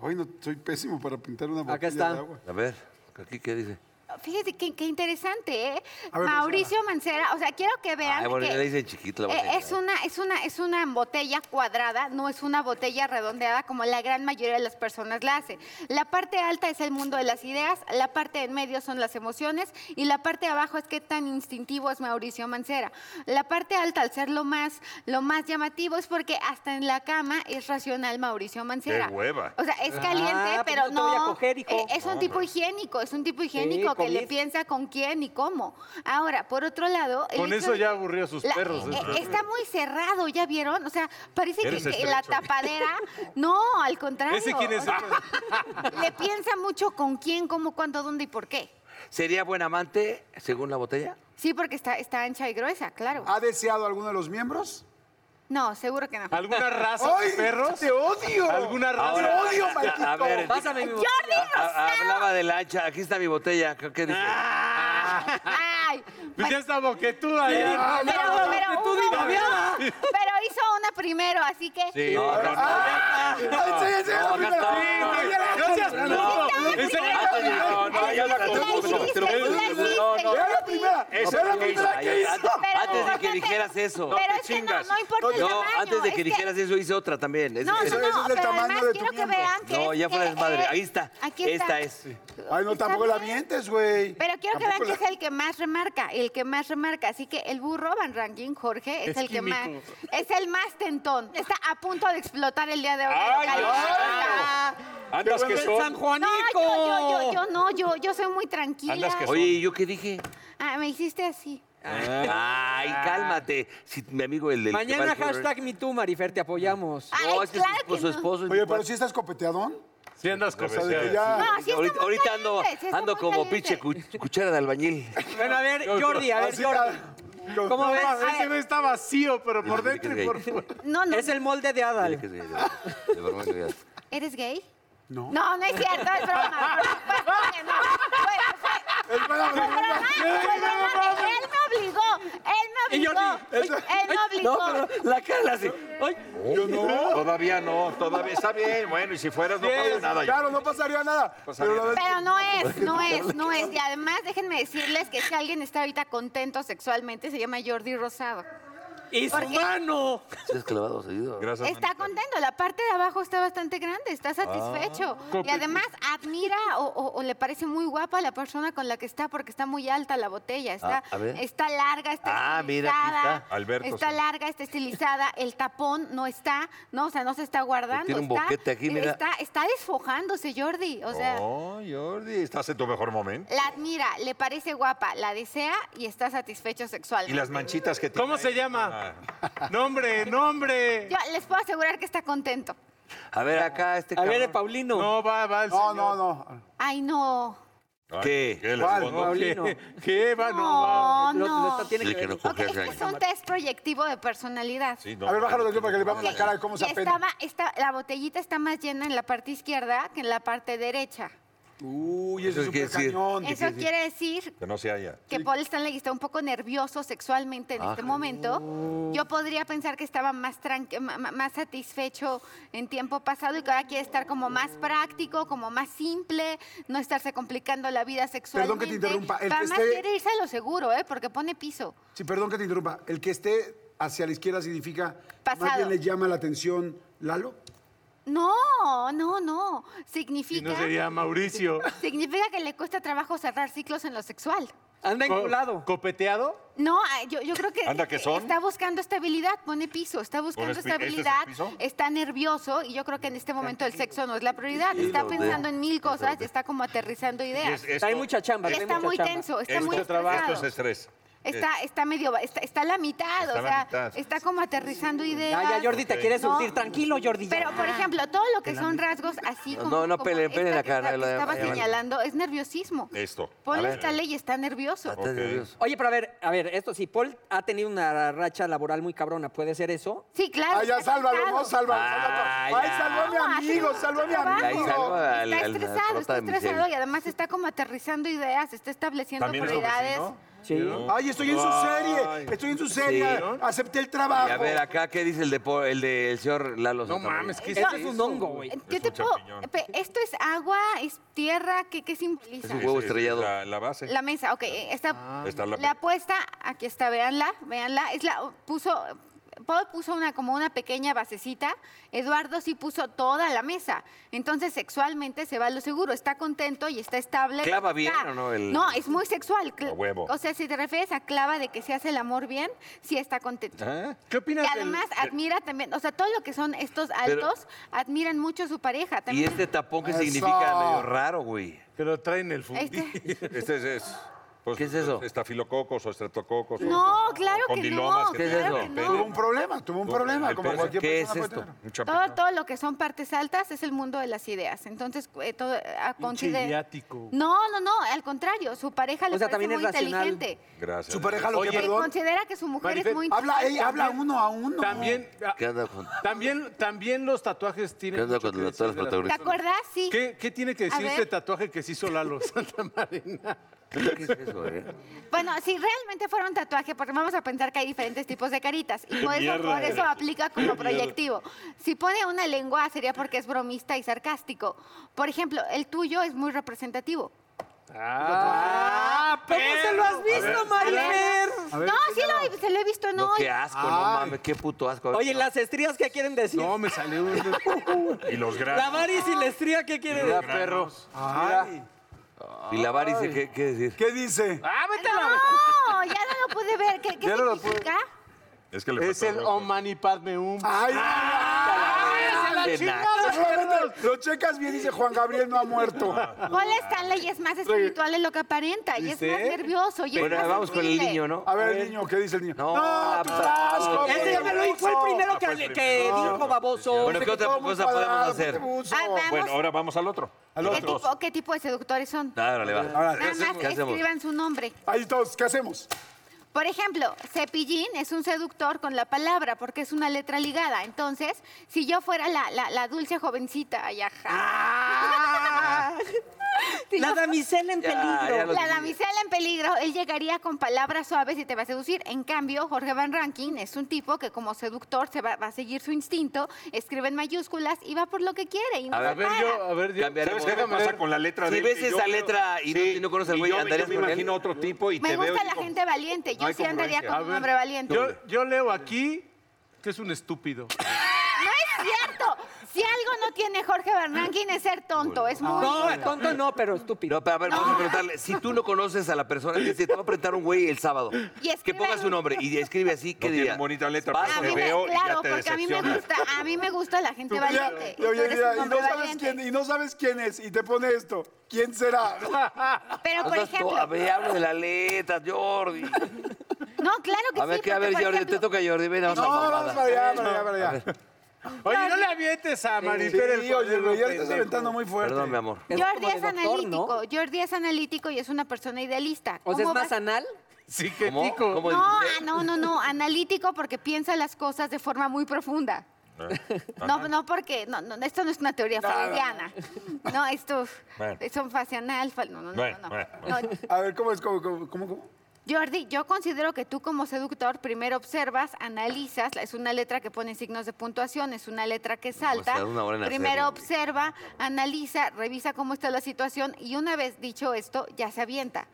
Hoy no, soy pésimo para pintar una botella Acá está. de agua. A ver, aquí qué dice. Fíjate qué, qué interesante, ¿eh? A ver, Mauricio Mancera, o sea, quiero que vean Ay, Ah, bueno, Ah, que ya le dicen chiquita la Eh, botella. es una, es una, es una botella cuadrada, no es una botella redondeada como la gran mayoría de las personas la hace. La parte alta es el mundo de las ideas, la parte en medio son las emociones y la parte de abajo es qué tan instintivo es Mauricio Mancera. La parte alta, al ser lo más, lo más llamativo, es porque hasta en la cama es racional Mauricio Mancera. hueva! O sea, es caliente, Ah, pues pero no te voy a no. coger, hijo. eh, Es un tipo higiénico, es un tipo higiénico que le comiste. piensa con quién y cómo. Ahora, por otro lado. el Con hecho eso de- ya aburrió a sus la- perros. eh, ¿eh? está muy cerrado, ¿ya vieron? O sea, parece que, Eres que la estrecho. tapadera. No, al contrario. ¿Ese quién es? [laughs] Le piensa mucho con quién, cómo, cuándo, dónde y por qué. ¿Sería buen amante según la botella? Sí, porque está, está ancha y gruesa, claro. ¿Ha deseado alguno de los miembros? No, seguro que no. [laughs] ¿Alguna raza de perros? ¡Te odio! ¿Alguna raza? ¡Te Ahora, odio, maldito! A ver, Pásame mi botella. ¡Jordi a- a- Rosado! hablaba de la ancha. Aquí está mi botella. ¿Qué qué dice? ¡Ay! Pues ya está boquetuda ya. Pero, pero, tú hubo- dime, había- pero hizo una primero, así que. Sí, no, no, no. ¡Ay, sí, sí, la acá primera! está. Sí, no, ya la- ¡No seas No, no! Está ¿En serio? primero. No, no, ya la Sí la confundo. hiciste, Te lo sí la juro. hiciste. No, no, ¡Ya la primera. Esa Fue es la la que hizo. primera que Ay, hizo. antes- antes de que importante- dijeras Pero eso. No te es que no, chingas. no importa el No, tamaño. antes de que es dijeras eso hice otra también. Es- No, es- no, no, ese es el pero tamaño además de tu quiero que miembro. vean que No, es ya fuera que, de madre. eh, Ahí está. Aquí está. Esta es. Ay, no, tampoco la mientes, güey. Pero quiero que vean Tampoco que la- es el que más remarca, el que más remarca. Así que el burro Van Ranking, Jorge, es, Es el que más, químico. es el más tentón. Está a punto de explotar el día de hoy. Ay, Cali- ay. Andas que San son. Juanico. No, yo, yo, yo, yo no, yo, yo soy muy tranquila. Andas que Oye, ¿y yo qué dije? Ah, me hiciste así. Ay, cálmate. Si mi amigo el del. que va Mañana al correr- hashtag MeToo, Marifer, te apoyamos. No, Ay, es que claro su esposo, que su no. esposo y mi Oye, pero cuate- si estás copeteadón. Sí andas O sea, cosas. de que ya. No, sí está ahorita, muy ahorita ando, caliente, sí está ando muy como caliente. pinche cu- cuchara de albañil. Bueno, a ver, Jordi, a ver, Así, Jordi. ah, ¿Cómo No, ves? mames, A ese ver, güey está vacío, pero por Dile que dentro es y por gay. fuera. No, no, Es el molde de Dile Adal. que sí, de- de broma, de- ¿Eres gay? No. No, no es cierto, es broma. Por supuesto que no. Fue- Espérame, fue- fue broma, fue broma de- ah, pues, Él me obligó, él me Y yo obligó. ni- Él me No, obligó. pero la cara la hace. Ay, Yo no. Todavía no, todavía está bien. Bueno, y si fueras no pasa Pues, nada. Claro, no pasaría nada. Pasaría pero la verdad- Pero no es, [laughs] no es, no es. Y además, déjenme decirles que si alguien está ahorita contento sexualmente, se llama Jordi Rosado. ¡Y su ¿Por qué? mano! ¿Estás clavado seguido? Gracias. Está manita. contento, la parte de abajo está bastante grande, Ah, está satisfecho. Y además admira o, o- o le parece muy guapa la persona con la que está porque está muy alta la botella, está, Ah, a ver. está larga, está Ah, mira, aquí estilizada. está. Alberto, está sí. larga, está estilizada, el tapón no está, no, o sea, no se está guardando. Tiene un está- boquete aquí, mira. Está, está desfojándose, Jordi, o sea... Oh, Jordi, estás en tu mejor momento. La admira, le parece guapa, la desea y está satisfecho Y sexualmente. las manchitas que tiene. ¿Cómo se ahí? llama? Ah. Nombre, nombre. Yo les puedo asegurar que está contento. A ver, acá este A ver, cabrón. Paulino. No, va, va el No, señor. no, no. Ay, no. Ay, ¿Qué? ¿Qué? ¿Cuál? ¿Cuál? No, ¿qué? Paulino. [laughs] ¿Qué? Va, no, va. No, Lo- lo no. está- tiene Dile que que ver. no Ok, coge es que ese es un test proyectivo de personalidad. Sí, no. A ver, bájalo de aquí para que le veamos la cara de cómo Y se apena. estaba, esta- la botellita está más llena en la parte izquierda que en la parte derecha. Uy, Eso ese es quiere un decir- cañón. Eso quiere decir Que no se haya. que Paul Stanley está un poco nervioso sexualmente en Ah. este momento. Yo podría pensar que estaba más, tranqui- ma- ma- más satisfecho en tiempo pasado y que ahora quiere estar como más práctico, como más simple, no estarse complicando la vida sexualmente. Perdón que te interrumpa, el este Pero además teste- quiere irse a lo seguro, ¿eh? porque pone piso. Sí, perdón que te interrumpa. El que esté hacia la izquierda significa más Pasado. bien le llama la atención Lalo. No, no, no. Si Significa, no sería Mauricio. significa que le cuesta trabajo cerrar ciclos en lo sexual. Anda enculado. ¿Copeteado? No, ah, yo, yo creo que, Anda, que son. está buscando estabilidad, pone piso, está buscando Pones pi- ¿este es el estabilidad, piso? está nervioso y yo creo que en este momento el sexo no es la prioridad, Tranquilo, está ve. pensando en mil cosas, está como aterrizando ideas. Es- esto- Hay mucha chamba. trae Está mucha muy chamba. tenso, está esto- muy Esto estresado. es estrés. Está, está medio, va- está, está a la mitad, Está a o la sea, mitad. está como aterrizando ideas. Ya, ya, Jordi, te quieres No. surtir. Tranquilo, Jordi. ya. Pero, por ejemplo, todo lo que son rasgos así No, como. no, no como peleen, esta peleen que acá, está- no, que no, estaba no, no. señalando, es nerviosismo. Esto. Paul ver. Stanley y está nervioso. Ah, estás Ok. nervioso. Oye, pero a ver, a ver, esto sí, Paul ha tenido una racha laboral muy cabrona, ¿puede ser eso? Sí, claro. Ah, ya, está sálvalo, cansado. no, sálvalo. sálvalo. Ah, Ay, ya. salvó a mi amigo, salvó a mi Abajo. Ahí salgo amigo. al, Está al- al estresado, prota está de mi estresado cel. y además está como aterrizando ideas, está estableciendo También es su prioridades. vecino. Sí. Oh. Ay, estoy en su Ay. serie, estoy en su serie. Acepté el trabajo. Y a ver, acá, ¿qué dice el, de, po- el de- el señor Lalo? No Santamaría? mames, ¿qué es Eso es eso? un hongo, güey. ¿Qué Es te un puedo- champiñón. pe- Esto es agua, es tierra, ¿qué, qué simboliza? Es un Ese huevo es estrellado. La, la base. La mesa, ok. eh, Está, Ah. Está la- la... apuesta, aquí está, véanla, véanla. Es la, puso, Paul puso una, como una pequeña basecita, Eduardo sí puso toda la mesa. Entonces, sexualmente se va a lo seguro, está contento y está estable. ¿Clava bien Está- o no el- No, es muy sexual. cl- A huevo. O sea, si te refieres a clava de que se hace el amor bien, sí está contento. Ah. ¿Eh? ¿Qué opinas Y del- además admira también, o sea, todo lo que son estos altos, admiran mucho a su pareja. Y También este tapón que Eso. significa medio raro, güey. Que lo traen el Este- fundillo. [laughs] Este es. es- pues, ¿Qué es eso? Estafilococos o estreptococos. o- No, o claro que condilomas no, que ¿Qué es tienen eso? en el claro pene. Tuvo un problema, tuvo un Tuvo problema, el Ah, como pene. cualquier ¿Qué es persona esto? puede tener. Un Todo, champán. todo lo que son partes altas es el mundo de las ideas. Entonces, eh, todo eh, a consider- viático. No, no, no, al contrario, su pareja le O sea, parece también es muy racional. inteligente. Gracias. Su pareja lo que, Que perdón. considera que su mujer Marifer, es muy Habla, ey, habla También- uno a uno. También, ah, ¿Qué anda con- también, también los tatuajes tienen. ¿Qué onda mucho con que los- decir todas las de las- ¿Te protagonistas? acuerdas? Sí. ¿Qué, qué tiene A que decir ver. este tatuaje que se hizo Lalo [laughs] Santa Marina? ¿Qué es eso, eh? Bueno, si realmente fuera un tatuaje, porque vamos a pensar que hay diferentes tipos de caritas. Y por eso, por eso aplica como proyectivo. Si pone una lengua sería porque es bromista y sarcástico. Por ejemplo, el tuyo es muy representativo. Ah, ¿Cómo se lo has visto, Mariner? No, sí lo, se lo he visto en No, hoy. qué asco, no mames, qué puto asco. A ver, Oye, las estrías, ¿qué quieren decir? No, me salió [laughs] un... Y los La granos. varis y la estría, ¿qué quieren mira, decir? perro. Ay. Y la varis, ¿qué, ¿qué decir? ¿Qué dice? Ah, No, ya no lo pude ver. ¿Qué, qué Ya no lo pude- significa? Es que le Es faltó el rojo. Oh Mani Padme Um. Ay, De seguramente lo checas bien, dice Juan Gabriel no ha muerto. Paul Stanley y es más espiritual de lo que aparenta y es más nervioso. Y es Bueno, más vamos con el sensible. niño, ¿no? A ver, el niño, ¿qué dice el niño? No, tú pues, estás no. como Ese ya me lo dijo, fue el primero Ah, pues, que, que dijo baboso. Bueno, ¿qué otra cosa podemos hacer? Ah, vamos. Bueno, ahora vamos al otro. Al ¿Qué, otro. tipo, ¿Qué tipo de seductores son? Dale, va. Ahora, Nada más ¿Qué hacemos? escriban su nombre. Ahí todos, ¿qué hacemos? Por ejemplo, cepillín es un seductor con la palabra porque es una letra ligada. Entonces, si yo fuera la, la- la dulce jovencita, ay, ajá. Si [laughs] La yo- damisela en Ya, peligro. ya lo- la damisela en peligro, él llegaría con palabras suaves y te va a seducir. En cambio, Jorge Van Rankin es un tipo que como seductor se va, va a seguir su instinto, escribe en mayúsculas y va por lo que quiere. y no A se A ver, para. yo, a ver, yo. Cambiaremos. ¿sabes ¿Qué me qué? Déjame pasa ver. con la letra Si de él? ves Que yo veo- esa letra y no- y no conoces al y güey, yo- Yo ¿andarías me con él? imagino otro tipo y Me te veo gusta y la digo, gente valiente, yo hay sí andaría congruencia. con A un ver, hombre valiente. Yo, yo leo aquí que es [laughs] un estúpido. No es cierto. Si algo no tiene Jorge Bernanquín es ser tonto. Es muy. No, tonto no, pero estúpido. No, pero a ver, vamos a preguntarle. Si tú no conoces a la persona, que te va a apretar un güey el sábado. Y escribe- Que ponga su nombre y escribe así, ¿qué No tiene diría? bonita letra, Vas, a pero mí te me, veo y ya claro, te porque a mí me decepciona. gusta, a mí me gusta la gente Tú, mira, valiente. y y tú oye, eres mira, un y no hombre sabes valiente. quién, y no sabes quién es, y te pone esto. ¿Quién será? [laughs] Pero por Estás todo- A ejemplo, ver, hablo de la letra, Jordi. no, claro que A ver, sí. que, a porque, ver, por Jordi, ejemplo, te toca Jordi, ven, vamos No, a vamos para allá, para allá, para allá. Oye, no le avientes a Sí, Marifer el oye, cuaderno, güey, ya le estás pendejo. aventando muy fuerte. Perdón, mi amor. Es Jordi como de es doctor, analítico, ¿no? Jordi es analítico y es una persona idealista. O sea, ¿Cómo es más vas- anal. Sí, que ¿Cómo? tico. ¿Cómo No, ah, dijiste? no, no, no, analítico porque piensa las cosas de forma muy profunda. Eh, No, no, porque no, no, esto no es una teoría freudiana. No, esto Bueno. es un facianal. fal- No, no, no, Bueno, no, bueno, no. A ver, ¿cómo es? ¿Cómo, cómo, cómo, cómo? Jordi, yo considero que tú como seductor primero observas, analizas, es una letra que pone signos de puntuación, es una letra que salta. sea, una hora en primero hacerlo. observa, analiza, revisa cómo está la situación y una vez dicho esto, ya se avienta.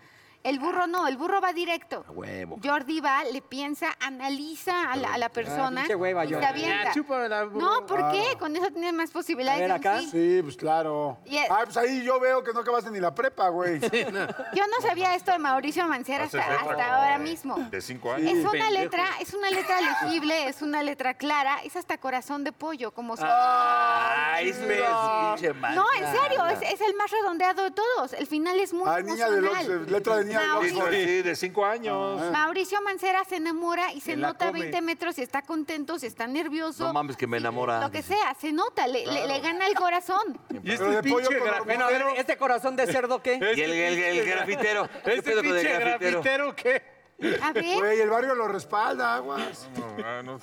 El burro no, el burro va directo. huevo. Ah, Jordi va, le piensa, analiza a la, a la persona Ah, pinche hueva, y se Jordi. Ah, avienta. Ya, chúpamela, burro. no, ¿por qué? Con eso tienes más A posibilidades ver, de un acá. sí. Sí, pues claro. Y es- Ah, pues ahí yo veo que no acabaste ni la prepa, [laughs] güey. Yo no sabía esto de Mauricio Mancera Hace hasta, falta hasta como ahora de- mismo. De cinco años. Es una letra, es una letra legible, es una letra clara, es hasta corazón de pollo, como se- Ay, es pinche mal. No, en serio, es, es el más redondeado de todos. El final es muy Ay, Ah, niña del emocional. Oxxo, letra de Ah. niña del Sí, Mauricio, Oxxo. sí, de cinco años. Mauricio Mancera se enamora y se, Se la nota a come. 20 metros si está contento, si está nervioso. No mames, que me si- enamora. [laughs] Lo que sea, se nota, le, le- le gana el corazón. Y Pero este de pollo pinche con grafitero. Bueno, a ver, ¿este corazón de cerdo qué? Y el, el- el grafitero. ¿Qué Este pedo con el pinche grafitero? grafitero, ¿qué? A ver, Güey, el barrio lo respalda, aguas. No, no,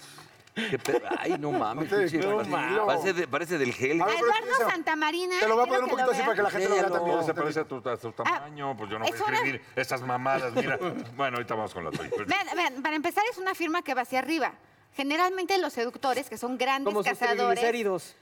¿Qué pedo? Ay, no mames, No te- pinche no grafitero. mames. Parece, de- parece del gel. A a ¿eh? ver, Ah, pero Eduardo empieza. Santamarina. Te lo voy quiero a poner un que lo poquito así vean. para que la gente lo vea Léalo. también. no se parece a tu, a tu tamaño, pues yo no voy a es hora- escribir estas mamadas, mira. [laughs] Bueno, ahorita vamos con la tuya. Vean, vean, para empezar es una firma que va hacia arriba. Generalmente los seductores, que son grandes Como sus cazadores, triglicéridos.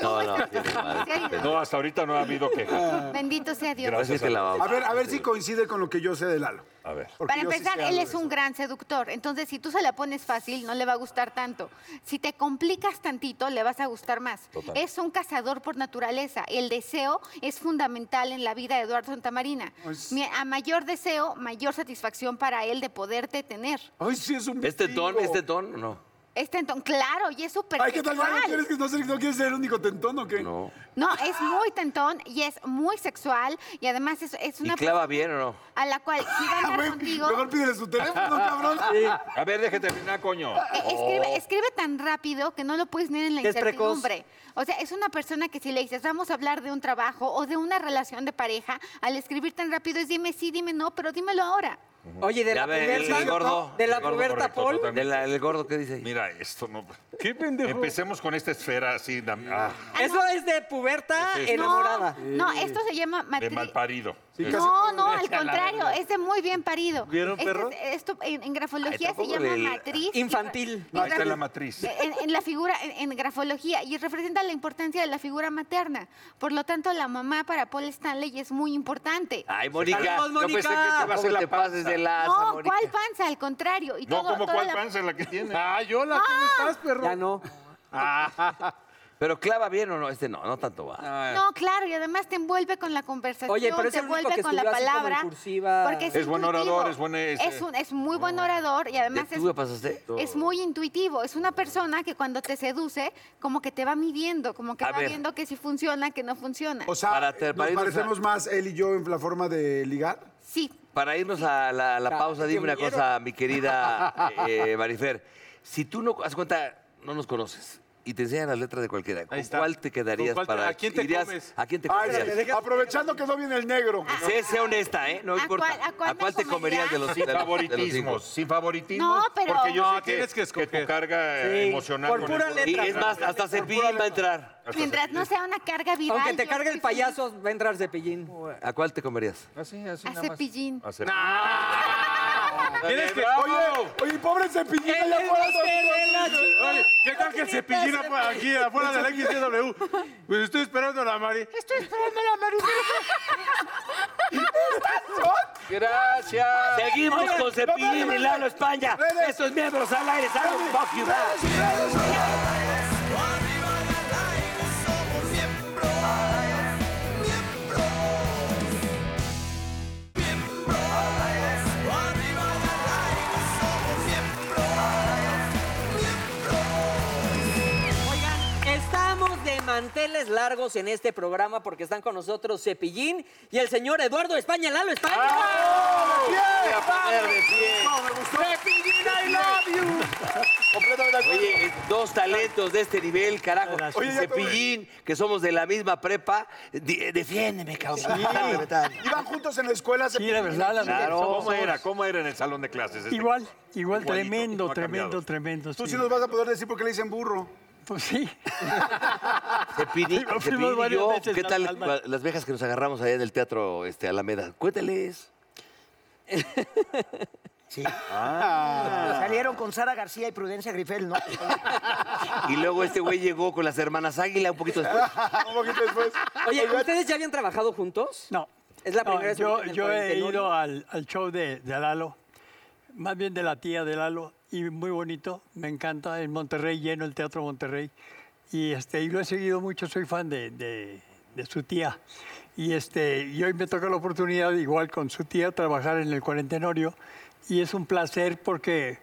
No, no, sí, no, madre. No, hasta ahorita no ha habido quejas. Ah. bendito sea Dios. Gracias. Así te la vamos. A ver, a ver si coincide con lo que yo sé de Lalo. A ver. Porque Para yo sí empezar, sé él algo es de un eso. gran seductor. Entonces, si tú se la pones fácil, no le va a gustar tanto. Si te complicas tantito, le vas a gustar más. Total. Es un cazador por naturaleza. El deseo es fundamental en la vida de Eduardo Santamarina. Pues- Mi- A mayor deseo, mayor satisfacción para él de poderte tener. Ay, sí, es un. ¿Este ton, vikingo. este ton? o No. Es tentón, claro, y es súper Ay, ¿qué tal, Lalo? sexual. ¿Quieres que no, ser- no quieres ser el único tentón o qué? No. No, Ah. es muy tentón y es muy sexual. Y además es, es ¿Y una clava bien o no? a la cual si [laughs] va a Ah, andar güey, contigo... mejor pídele [laughs] su teléfono, cabrón. A ver, déjate terminar, coño. Eh, Oh. Escribe, escribe tan rápido que no lo puedes leer en la Que es precoz. incertidumbre. O sea, es una persona que si le dices, vamos a hablar de un trabajo o de una relación de pareja, al escribir tan rápido es dime sí, dime no, pero dímelo ahora. Oye, de Ya la ve, el, puberta. el gordo. de la el Oh. gordo puberta, correcto, Paul. totalmente. De la- el gordo, ¿qué dice ahí? Mira, esto no. ¿Qué pendejo? Empecemos con esta esfera así dam- ah, Eso es de puberta Sí, sí, sí. enamorada. No, no, esto se llama de matri- malparido. No, no, al contrario, es de muy bien parido. ¿Vieron, Este perro? es- esto en, en grafología se tampoco llama del- matriz. Infantil. Y- y Ahí está graf- la matriz. En, en la figura, en, en grafología, y representa la importancia de la figura materna. Por lo tanto, la mamá para Paul Stanley es muy importante. Ay, Mónica. Saludos, Yo pensé que Mónica. te, vas a te pases de la no, Mónica. ¿cuál panza? Al contrario. Y No, todo- como toda cuál la- panza la [laughs] que [laughs] tiene. Ah, Yola, ¿cómo estás, perro? Ya no. Pero clava bien o no, este no, no tanto va. No, claro, y además te envuelve con la conversación, Oye, pero es te el único envuelve que con la estudió así como en palabra. cursiva. Porque es, Es buen intuitivo. orador, es buen, este- Es, un- es muy buen orador y además es, ¿Tú me pasaste? es muy intuitivo. Es una persona que cuando te seduce, como que te va midiendo, como que A va ver. viendo que si funciona, que no funciona. O sea, Para ter- para ¿nos irnos a- parecemos más él y yo en la forma de ligar? sí, Para irnos a la, a la Ya, pausa, qué dime una miedo. cosa, mi querida eh, Marifer. Si tú no, haz cuenta, no nos conoces y te enseñan las letras de cualquiera, ¿con Ahí está. cuál te quedarías ¿Con cuál te- para...? a quién te irías- comes? ¿A quién te Ay, comerías? sí. aprovechando que no viene el negro. Sé, sé honesta, ¿eh? No ¿A importa. Ah, cuál- a cuál me te comería? comerías de los de Sin los- de los favoritismos, cinco? sin favoritismos. No, pero- Porque yo sé No, que, tienes que escoger. tu carga eh, Sí, emocional. por con pura el- letra. Y es más, hasta Cepillín va a entrar. Hasta mientras no sea una carga viral. Aunque te yo cargue el estoy payaso, va a entrar Cepillín. ¿A cuál te comerías? Así, así A nada más. Cepillín. A Cepillín. Ah, Tienes que. Oye, oye, pobre cepillín ¡El allá afuera. de la chica! Oye, ¿qué tal que se pillina aquí afuera de la XCW? Pues estoy esperando a la Mari. Gracias. Seguimos Oigan, con Cepillín espérate, y Lalo España. espérate. Estos miembros al aire, salud, fuck you, bye. Oigan, estamos de manteles largos en este programa porque están con nosotros Cepillín y el señor Eduardo España, Lalo España. ¡Ah! Completamente de acuerdo. Oye, dos talentos de este nivel, carajo. Oye, Y ya te voy. Cepillín, que somos de la misma prepa, di- eh, defiéndeme, cabrón. Sí. Iban juntos en la escuela. Cepillín. Claro. ¿Cómo era? ¿Cómo era en el salón de clases? este? Igual, igual, Igualito, tremendo, no ha tremendo, cambiado. tremendo. Tú sí. sí nos vas a poder decir por qué le dicen burro. Pues sí. Ah, Cepillín, Fuimos Cepillín y varias yo, veces ¿qué al- tal al baño. las vejas que nos agarramos allá en el teatro este, Alameda? Cuéntales. Ah. Salieron con Sara García y Prudencia [laughs] Grifel, ¿no? Y luego este güey llegó con las hermanas Águila un poquito Ah, después. Un poquito Pues, después. Oye, ¿ustedes ya habían trabajado juntos? No. Es la No, primera vez Yo, en el yo he cuarentenorio. [laughs] ido al, al show de, de Lalo, más bien de la tía de Lalo, y muy bonito, me encanta. En Monterrey, lleno el Teatro Monterrey. Y, este, y lo he seguido mucho, soy fan de, de- de su tía. Y, este, y hoy me toca la oportunidad, igual con su tía, trabajar en el cuarentenorio. Y es un placer porque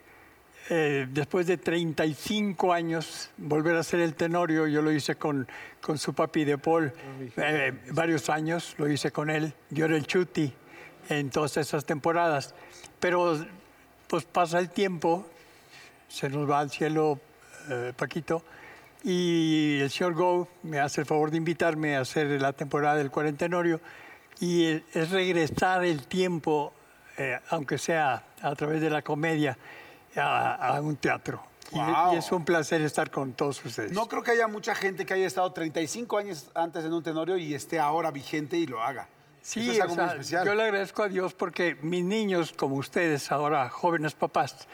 eh, después de 35 años, volver a ser el tenorio, yo lo hice con, con su papi de Paul, eh, varios años lo hice con él, yo era el chuti en todas esas temporadas, pero pues pasa el tiempo, se nos va al cielo eh, Paquito, y el señor Go me hace el favor de invitarme a hacer la temporada del cuarentenorio, y eh, es regresar el tiempo, eh, aunque sea a través de la comedia, a, a un teatro. Y- Guau. Y, es un placer estar con todos Pues ustedes. No creo que haya mucha gente que haya estado 35 años antes en un tenorio y esté ahora vigente y lo haga. Sí, Eso es algo o sea, muy especial. yo le agradezco a Dios porque mis niños, como ustedes ahora, jóvenes papás,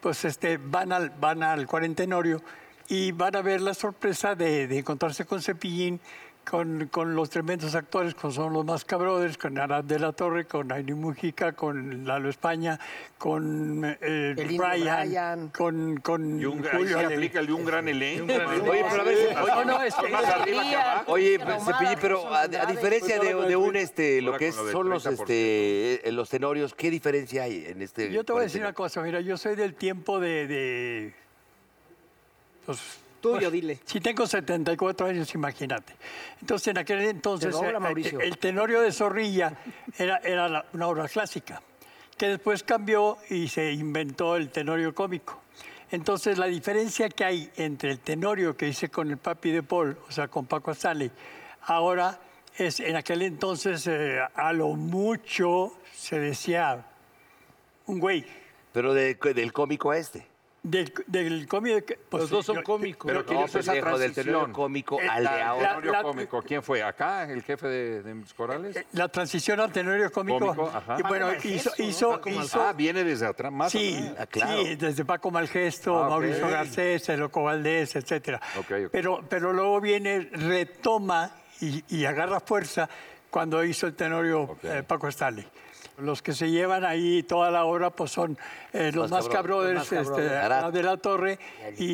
pues este, van, al, van al cuarentenorio y van a ver la sorpresa de, de encontrarse con Cepillín, con, con los tremendos actores, con son los más cabrones, con Arad de la Torre, con Aini Mujica, con Lalo España, con eh, El Indio Brian, Brian. con, con Y un, ahí sí Julio Ale- aplica el de un gran elenco. Oye, pero a ver, No, oye, no, es que- más arriba que abajo. Oye, pues, Romada, Cepillín, pero a, a Andrade. diferencia de, de un, este, lo Ahora que es- con lo del son los, 30%. este, eh, los tenorios, ¿qué diferencia hay en este? Yo te voy a decir una cuarentena? cosa, mira, yo soy del tiempo de... de pues, Tuyo, dile. Si tengo 74 años, imagínate. Entonces, en aquel entonces, dobla, eh, eh, Mauricio. el tenorio de Zorrilla era, era la- una obra clásica, que después cambió y se inventó el tenorio cómico. Entonces, la diferencia que hay entre el tenorio que hice con el papi de Paul, o sea, con Paco Stanley, ahora es, en aquel entonces, eh, a lo mucho se decía un güey. Pero de- del cómico a este. Del, del cómic. pues, Los dos son yo- cómicos. yo- Pero ¿quién No, hizo esa pendejo, del transición? tenor cómico Eh, al de la- ahora. la- Tenorio cómico. ¿Quién fue? ¿Acá, el jefe de, de mis corales? La transición al tenorio cómico. Cómico, ajá. y bueno, Paco hizo. Malgesto, ¿no? hizo, hizo- ah, viene desde atrás. Más sí, atrás. Ah, claro. sí, desde Paco Malgesto, Ah, ok. Mauricio Garcés, El Loco Valdés, etc. Ok, ok. Pero, pero luego viene, retoma y, y agarra fuerza cuando hizo el tenorio eh, Paco Stanley. Los que se llevan ahí toda la obra pues son eh, los Más más Cabrones. cabrones, este, Arat. Ana de la Torre y,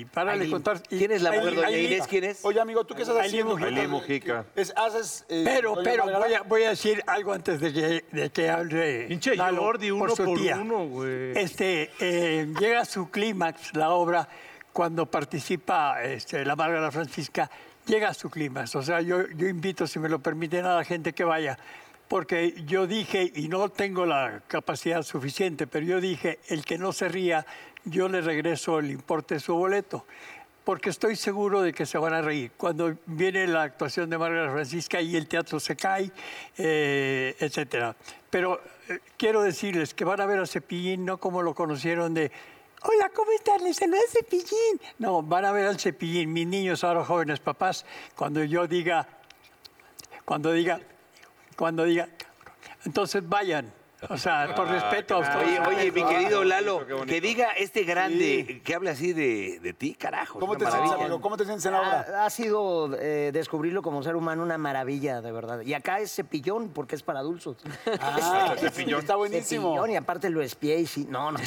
y para le Ailín. contar. y- ¿Quién es la mujer, Ailín- doña Ailín- Inés? ¿Quién es? Oye, amigo, ¿tú qué estás Ailín haciendo? Mujica. Ailín Mujica. Es- haces, eh, Pero, doña pero Margarita. voy a, voy a decir algo antes de que, de que hable. Pinche Lalo Jordi, uno su por uno, güey. Este, eh, llega a su clímax la obra cuando participa este, la Márgara Francisca, llega a su clímax. O sea, yo, yo invito, si me lo permiten, a la gente que vaya. Porque yo dije, y no tengo la capacidad suficiente, pero yo dije, el que no se ría, yo le regreso el importe de su boleto porque estoy seguro de que se van a reír. Cuando viene la actuación de Margarita Francisca y el teatro se cae, eh, etcétera. Pero eh, quiero decirles que van a ver a Cepillín no como lo conocieron de Hola, ¿cómo están? Les saluda Cepillín. No, van a ver al Cepillín, mis niños ahora jóvenes papás, cuando yo diga, cuando diga, cuando diga, entonces vayan. O sea, Ah, por respeto a ustedes. Oye, oye, mi querido Lalo, Ah, qué bonito. que diga este grande que habla así de, de ti, carajo. ¿Cómo es una te sientes, maravilla. amigo? ¿Cómo te sientes en la obra? Ha, ha sido eh, descubrirlo como ser humano una maravilla, de verdad. Y acá es cepillón, porque es para dulces. [laughs] Ah, Está buenísimo. Cepillón, y aparte lo espié y sí. No, [laughs] no.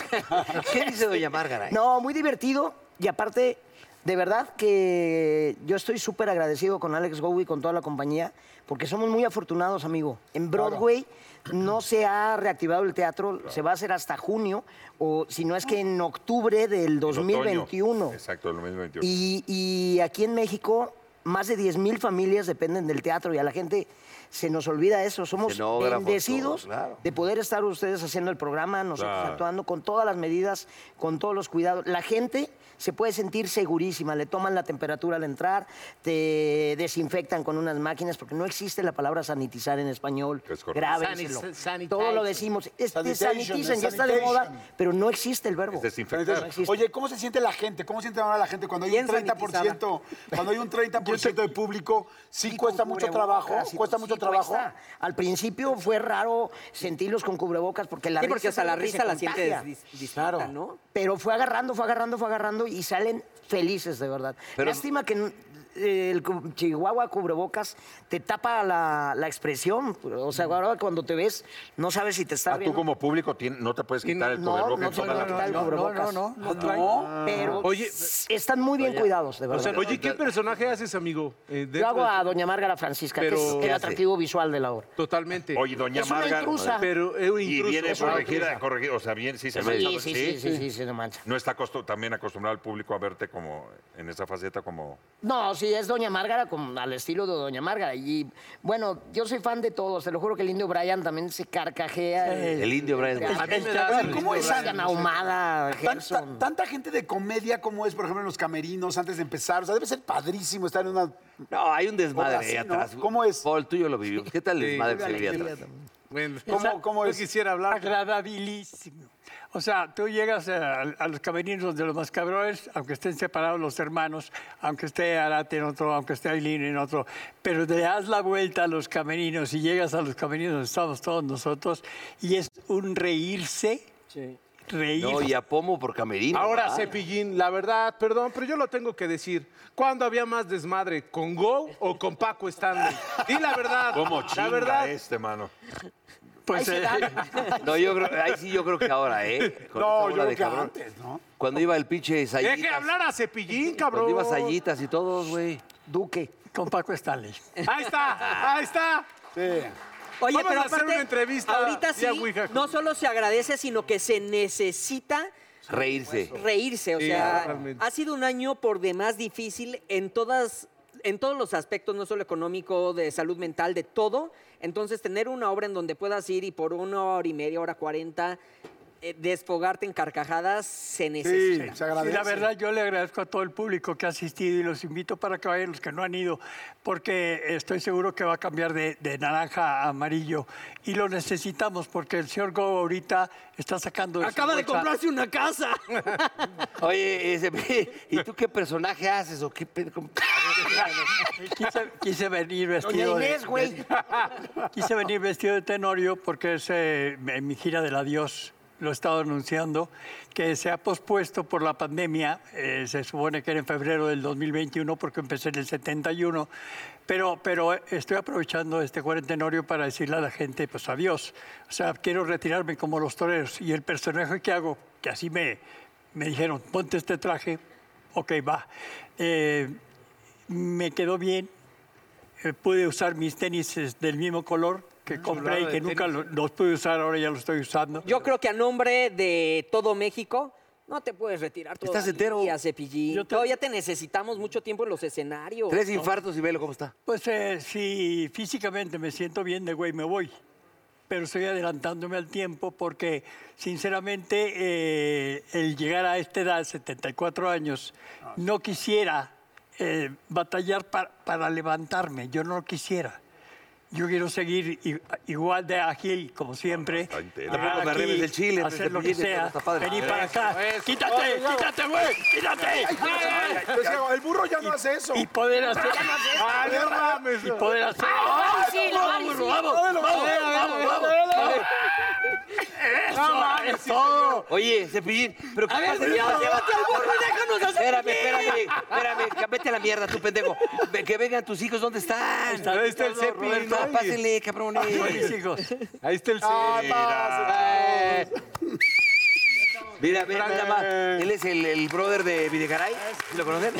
¿Qué dice doña Márgara? No, muy divertido. Y aparte, de verdad que yo estoy súper agradecido con Alex Gowie y con toda la compañía, porque somos muy afortunados, amigo. En Broadway no se ha reactivado el teatro, se va a hacer hasta junio, o si no es que en octubre del En otoño. 2021. Exacto, el 2021. Y, y aquí en México, más de 10.000 familias dependen del teatro y a la gente se nos olvida eso. Somos Escenógrafos, bendecidos todo, claro. de poder estar ustedes haciendo el programa, nosotros Claro. actuando con todas las medidas, con todos los cuidados. La gente se puede sentir segurísima, le toman la temperatura al entrar, te desinfectan con unas máquinas, porque no existe la palabra sanitizar en español. Es correcto. Grábenselo. Todo lo decimos. este Es, te Sanitation, sanitizan, es ya está de moda, sanitation. pero no existe el verbo. Este Es desinfectar. existe. Oye, ¿cómo se siente la gente? ¿Cómo siente ahora la gente cuando hay Bien un 30%? Cuando hay [laughs] un 30% de público, sí Y cuesta con mucho cubrebocas, trabajo, y cuesta con- mucho sí, trabajo. cuesta. Al principio fue raro sentirlos con cubrebocas porque la Sí, porque es hasta la algo que risa se la contagia. sientes dis- distinta, Claro. ¿no? Pero fue agarrando, fue agarrando, fue agarrando y salen felices de verdad. Pero- Lástima que n- eh, el cu- Chihuahua cubrebocas te tapa la, la expresión. O sea, ahora cuando te ves, no sabes si te está Ah, tú viendo. como público tien- no te puedes quitar el no, cubrebocas. no en se toda la- puede quitar el no, no, cubrebocas. no, no, no Pero Oye, s- están muy bien cuidados, de O verdad. sea, oye, ¿qué personaje haces, amigo? Eh, dentro Yo hago de- a Doña Márgara Francisca, Pero- que es ¿Qué el hace? atractivo visual de la obra. Totalmente. Oye, doña Es una Márgara. intrusa. pero es un Y intruso. viene es una corregida, intrusa. corregida. O sea, bien, sí se Sí, mancha, sí, sí, sí, sí, sí, no mancha. No está acostu- también acostumbrado el público a verte como en esa faceta como No, sí, es Doña Márgara como al estilo de Doña Márgara. Y bueno, yo soy fan de todos. Te lo juro que el indio Brian también se carcajea. El indio Brian. A mí me da risa, ¿Cómo ¿cómo es es Brian Ahumada, Tan- Gerson? ta- tanta gente de comedia como es, por ejemplo, en los camerinos antes de empezar. O sea, debe ser padrísimo estar en una. No, hay un desmadre Ahora sí, ahí ¿no? atrás. ¿Cómo es? Paul, tú y yo lo vivimos. ¿Qué tal el Sí. desmadre que se vivía atrás? Bueno, ¿Cómo- cómo no es? quisiera hablar. agradabilísimo. O sea, tú llegas a, a los camerinos de los mascabrones, aunque estén separados los hermanos, aunque esté Arate en otro, aunque esté Aileen en otro, pero te das la vuelta a los camerinos y llegas a los camerinos donde estamos todos nosotros y es un reírse, reírse. No, y a Pomo por Camerino. Ahora, ¿verdad? Cepillín, la verdad, perdón, pero yo lo tengo que decir. ¿Cuándo había más desmadre, con Go o con Paco Stanley? Di la verdad. ¿Cómo chinga La verdad. este, mano? pues, eh, No, yo creo, ahí sí yo creo que ahora, ¿eh? Con esa No, bola yo de creo que cabrón. antes, ¿no? Cuando iba el pinche Sayitas. Deje hablar a Cepillín, cabrón. Cuando iba Sayitas y todos, güey. Duque. con Paco Stanley. Ahí está, ahí está. Sí. Oye, Vamos pero a hacer aparte, una entrevista ahorita sí, vía Ouija. no solo se agradece, sino que se necesita Reírse. reírse. O Sí, sea, totalmente. ha sido un año por demás difícil en todas, en todos los aspectos, no solo económico, de salud mental, de todo. Entonces, tener una obra en donde puedas ir y por una hora y media, hora cuarenta, eh, desfogarte en carcajadas se Sí, necesita. se Sí, agradece. la verdad, yo le agradezco a todo el público que ha asistido y los invito para que vayan los que no han ido, porque estoy seguro que va a cambiar de, de naranja a amarillo. Y lo necesitamos porque el señor Go ahorita está sacando. de su Acaba de bolsa- comprarse una casa. [laughs] Oye, ese, [laughs] ¿y tú qué personaje haces o qué pedo? ¿Cómo? Quise, quise venir Doña vestido. de- Inés, güey. Quise venir vestido de Tenorio porque es eh, en mi gira del adiós. Lo he estado anunciando, que se ha pospuesto por la pandemia. eh, se supone que era en febrero del 2021 porque empecé en el 71. Pero, pero estoy aprovechando este cuarentenorio para decirle a la gente, pues adiós. O sea, quiero retirarme como los toreros. Y el personaje que hago, que así me, me dijeron, ponte este traje, ok, va. Eh, me quedó bien, eh, pude usar mis tenis eh, del mismo color que compré y que nunca lo- los pude usar, ahora ya los estoy usando. Yo creo que a nombre de todo México, no te puedes retirar todavía, Estás entero. Cepillín. Yo te- Todavía te necesitamos mucho tiempo en los escenarios. Tres ¿no? infartos y velo cómo está. Pues eh, si físicamente me siento bien de güey, me voy. Pero estoy adelantándome al tiempo porque, sinceramente, eh, el llegar a esta edad, 74 años, no quisiera eh, batallar pa- para levantarme. Yo no lo quisiera. Yo quiero seguir i- igual de ágil, como siempre. está entero. Llegar Tampoco me aquí, arregles el chile, Hacer lo que Cepillín, sea. está padre. Venir para acá. Quítate, quítate, güey. Quítate. pues, Yo decía, el burro ya no hace eso. Y poder hacer. ¡Ah, no mames! Y poder hacer. sí, lo vamos, vale, burro, vamos, vamos, vamos, vamos, vamos. Eso, es todo. Oye, Cepillín, pero ¿qué A ver, pasa? Dios, llévate al burro y déjanos hacer Espérame, espérame, espérame, que vete a la mierda, tú pendejo. Ve- Que vengan tus hijos, ¿dónde están? Ahí está el Cepi, Roberto, ¿no? pásenle, cabrones. Son mis hijos. Ahí está el Ah, Cepi. pasa, chavos. Mira, mira, mira, ma, él es el, el brother de Videgaray, ¿sí ¿lo conocen?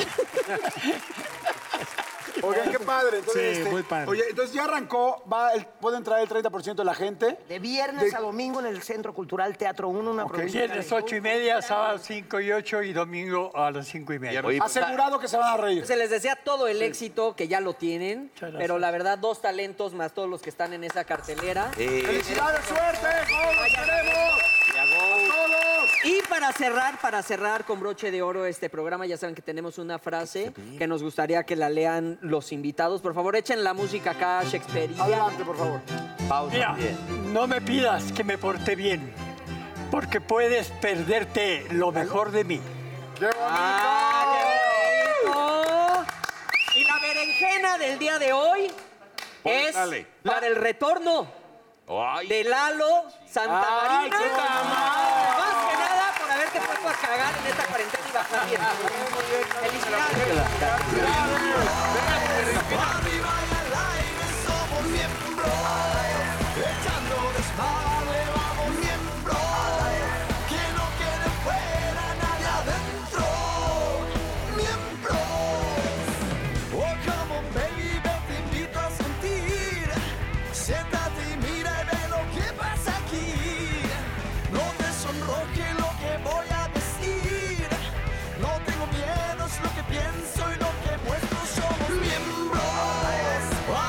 Oigan, qué padre. Entonces, Sí, este, muy padre. Oye, entonces ya arrancó, va el- puede entrar el 30% de la gente. De viernes a domingo en el Centro Cultural Teatro 1, una producción. Viernes ocho y media, sábado cinco y ocho y domingo a las cinco y media. Oye, Asegurado que se van a reír. Se les desea todo el éxito, que ya lo tienen. gracias. Pero la verdad, dos talentos más todos los que están en esa cartelera. eh, ¡Felicidades, suerte! ¡Todos los queremos! ¡Todos! Y para cerrar, para cerrar con broche de oro este programa, ya saben que tenemos una frase que nos gustaría que la lean los invitados. Por favor, echen la música acá, Shakespeare. Adelante, por favor. pausa. Mira, bien. no me pidas que me porte bien, porque puedes perderte lo mejor de mí. ¡Qué bonito! Ah, Y la berenjena del día de hoy Pues, es Póngale. para el retorno Ay, de Lalo Santa Ay, Marina. qué tal madre. Más que nada por haberte puesto a cagar en esta cuarentena y bajar bien. Felicidades. Oh,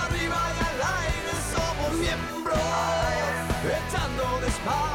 Arriba y al aire somos miembros, echando desmadre.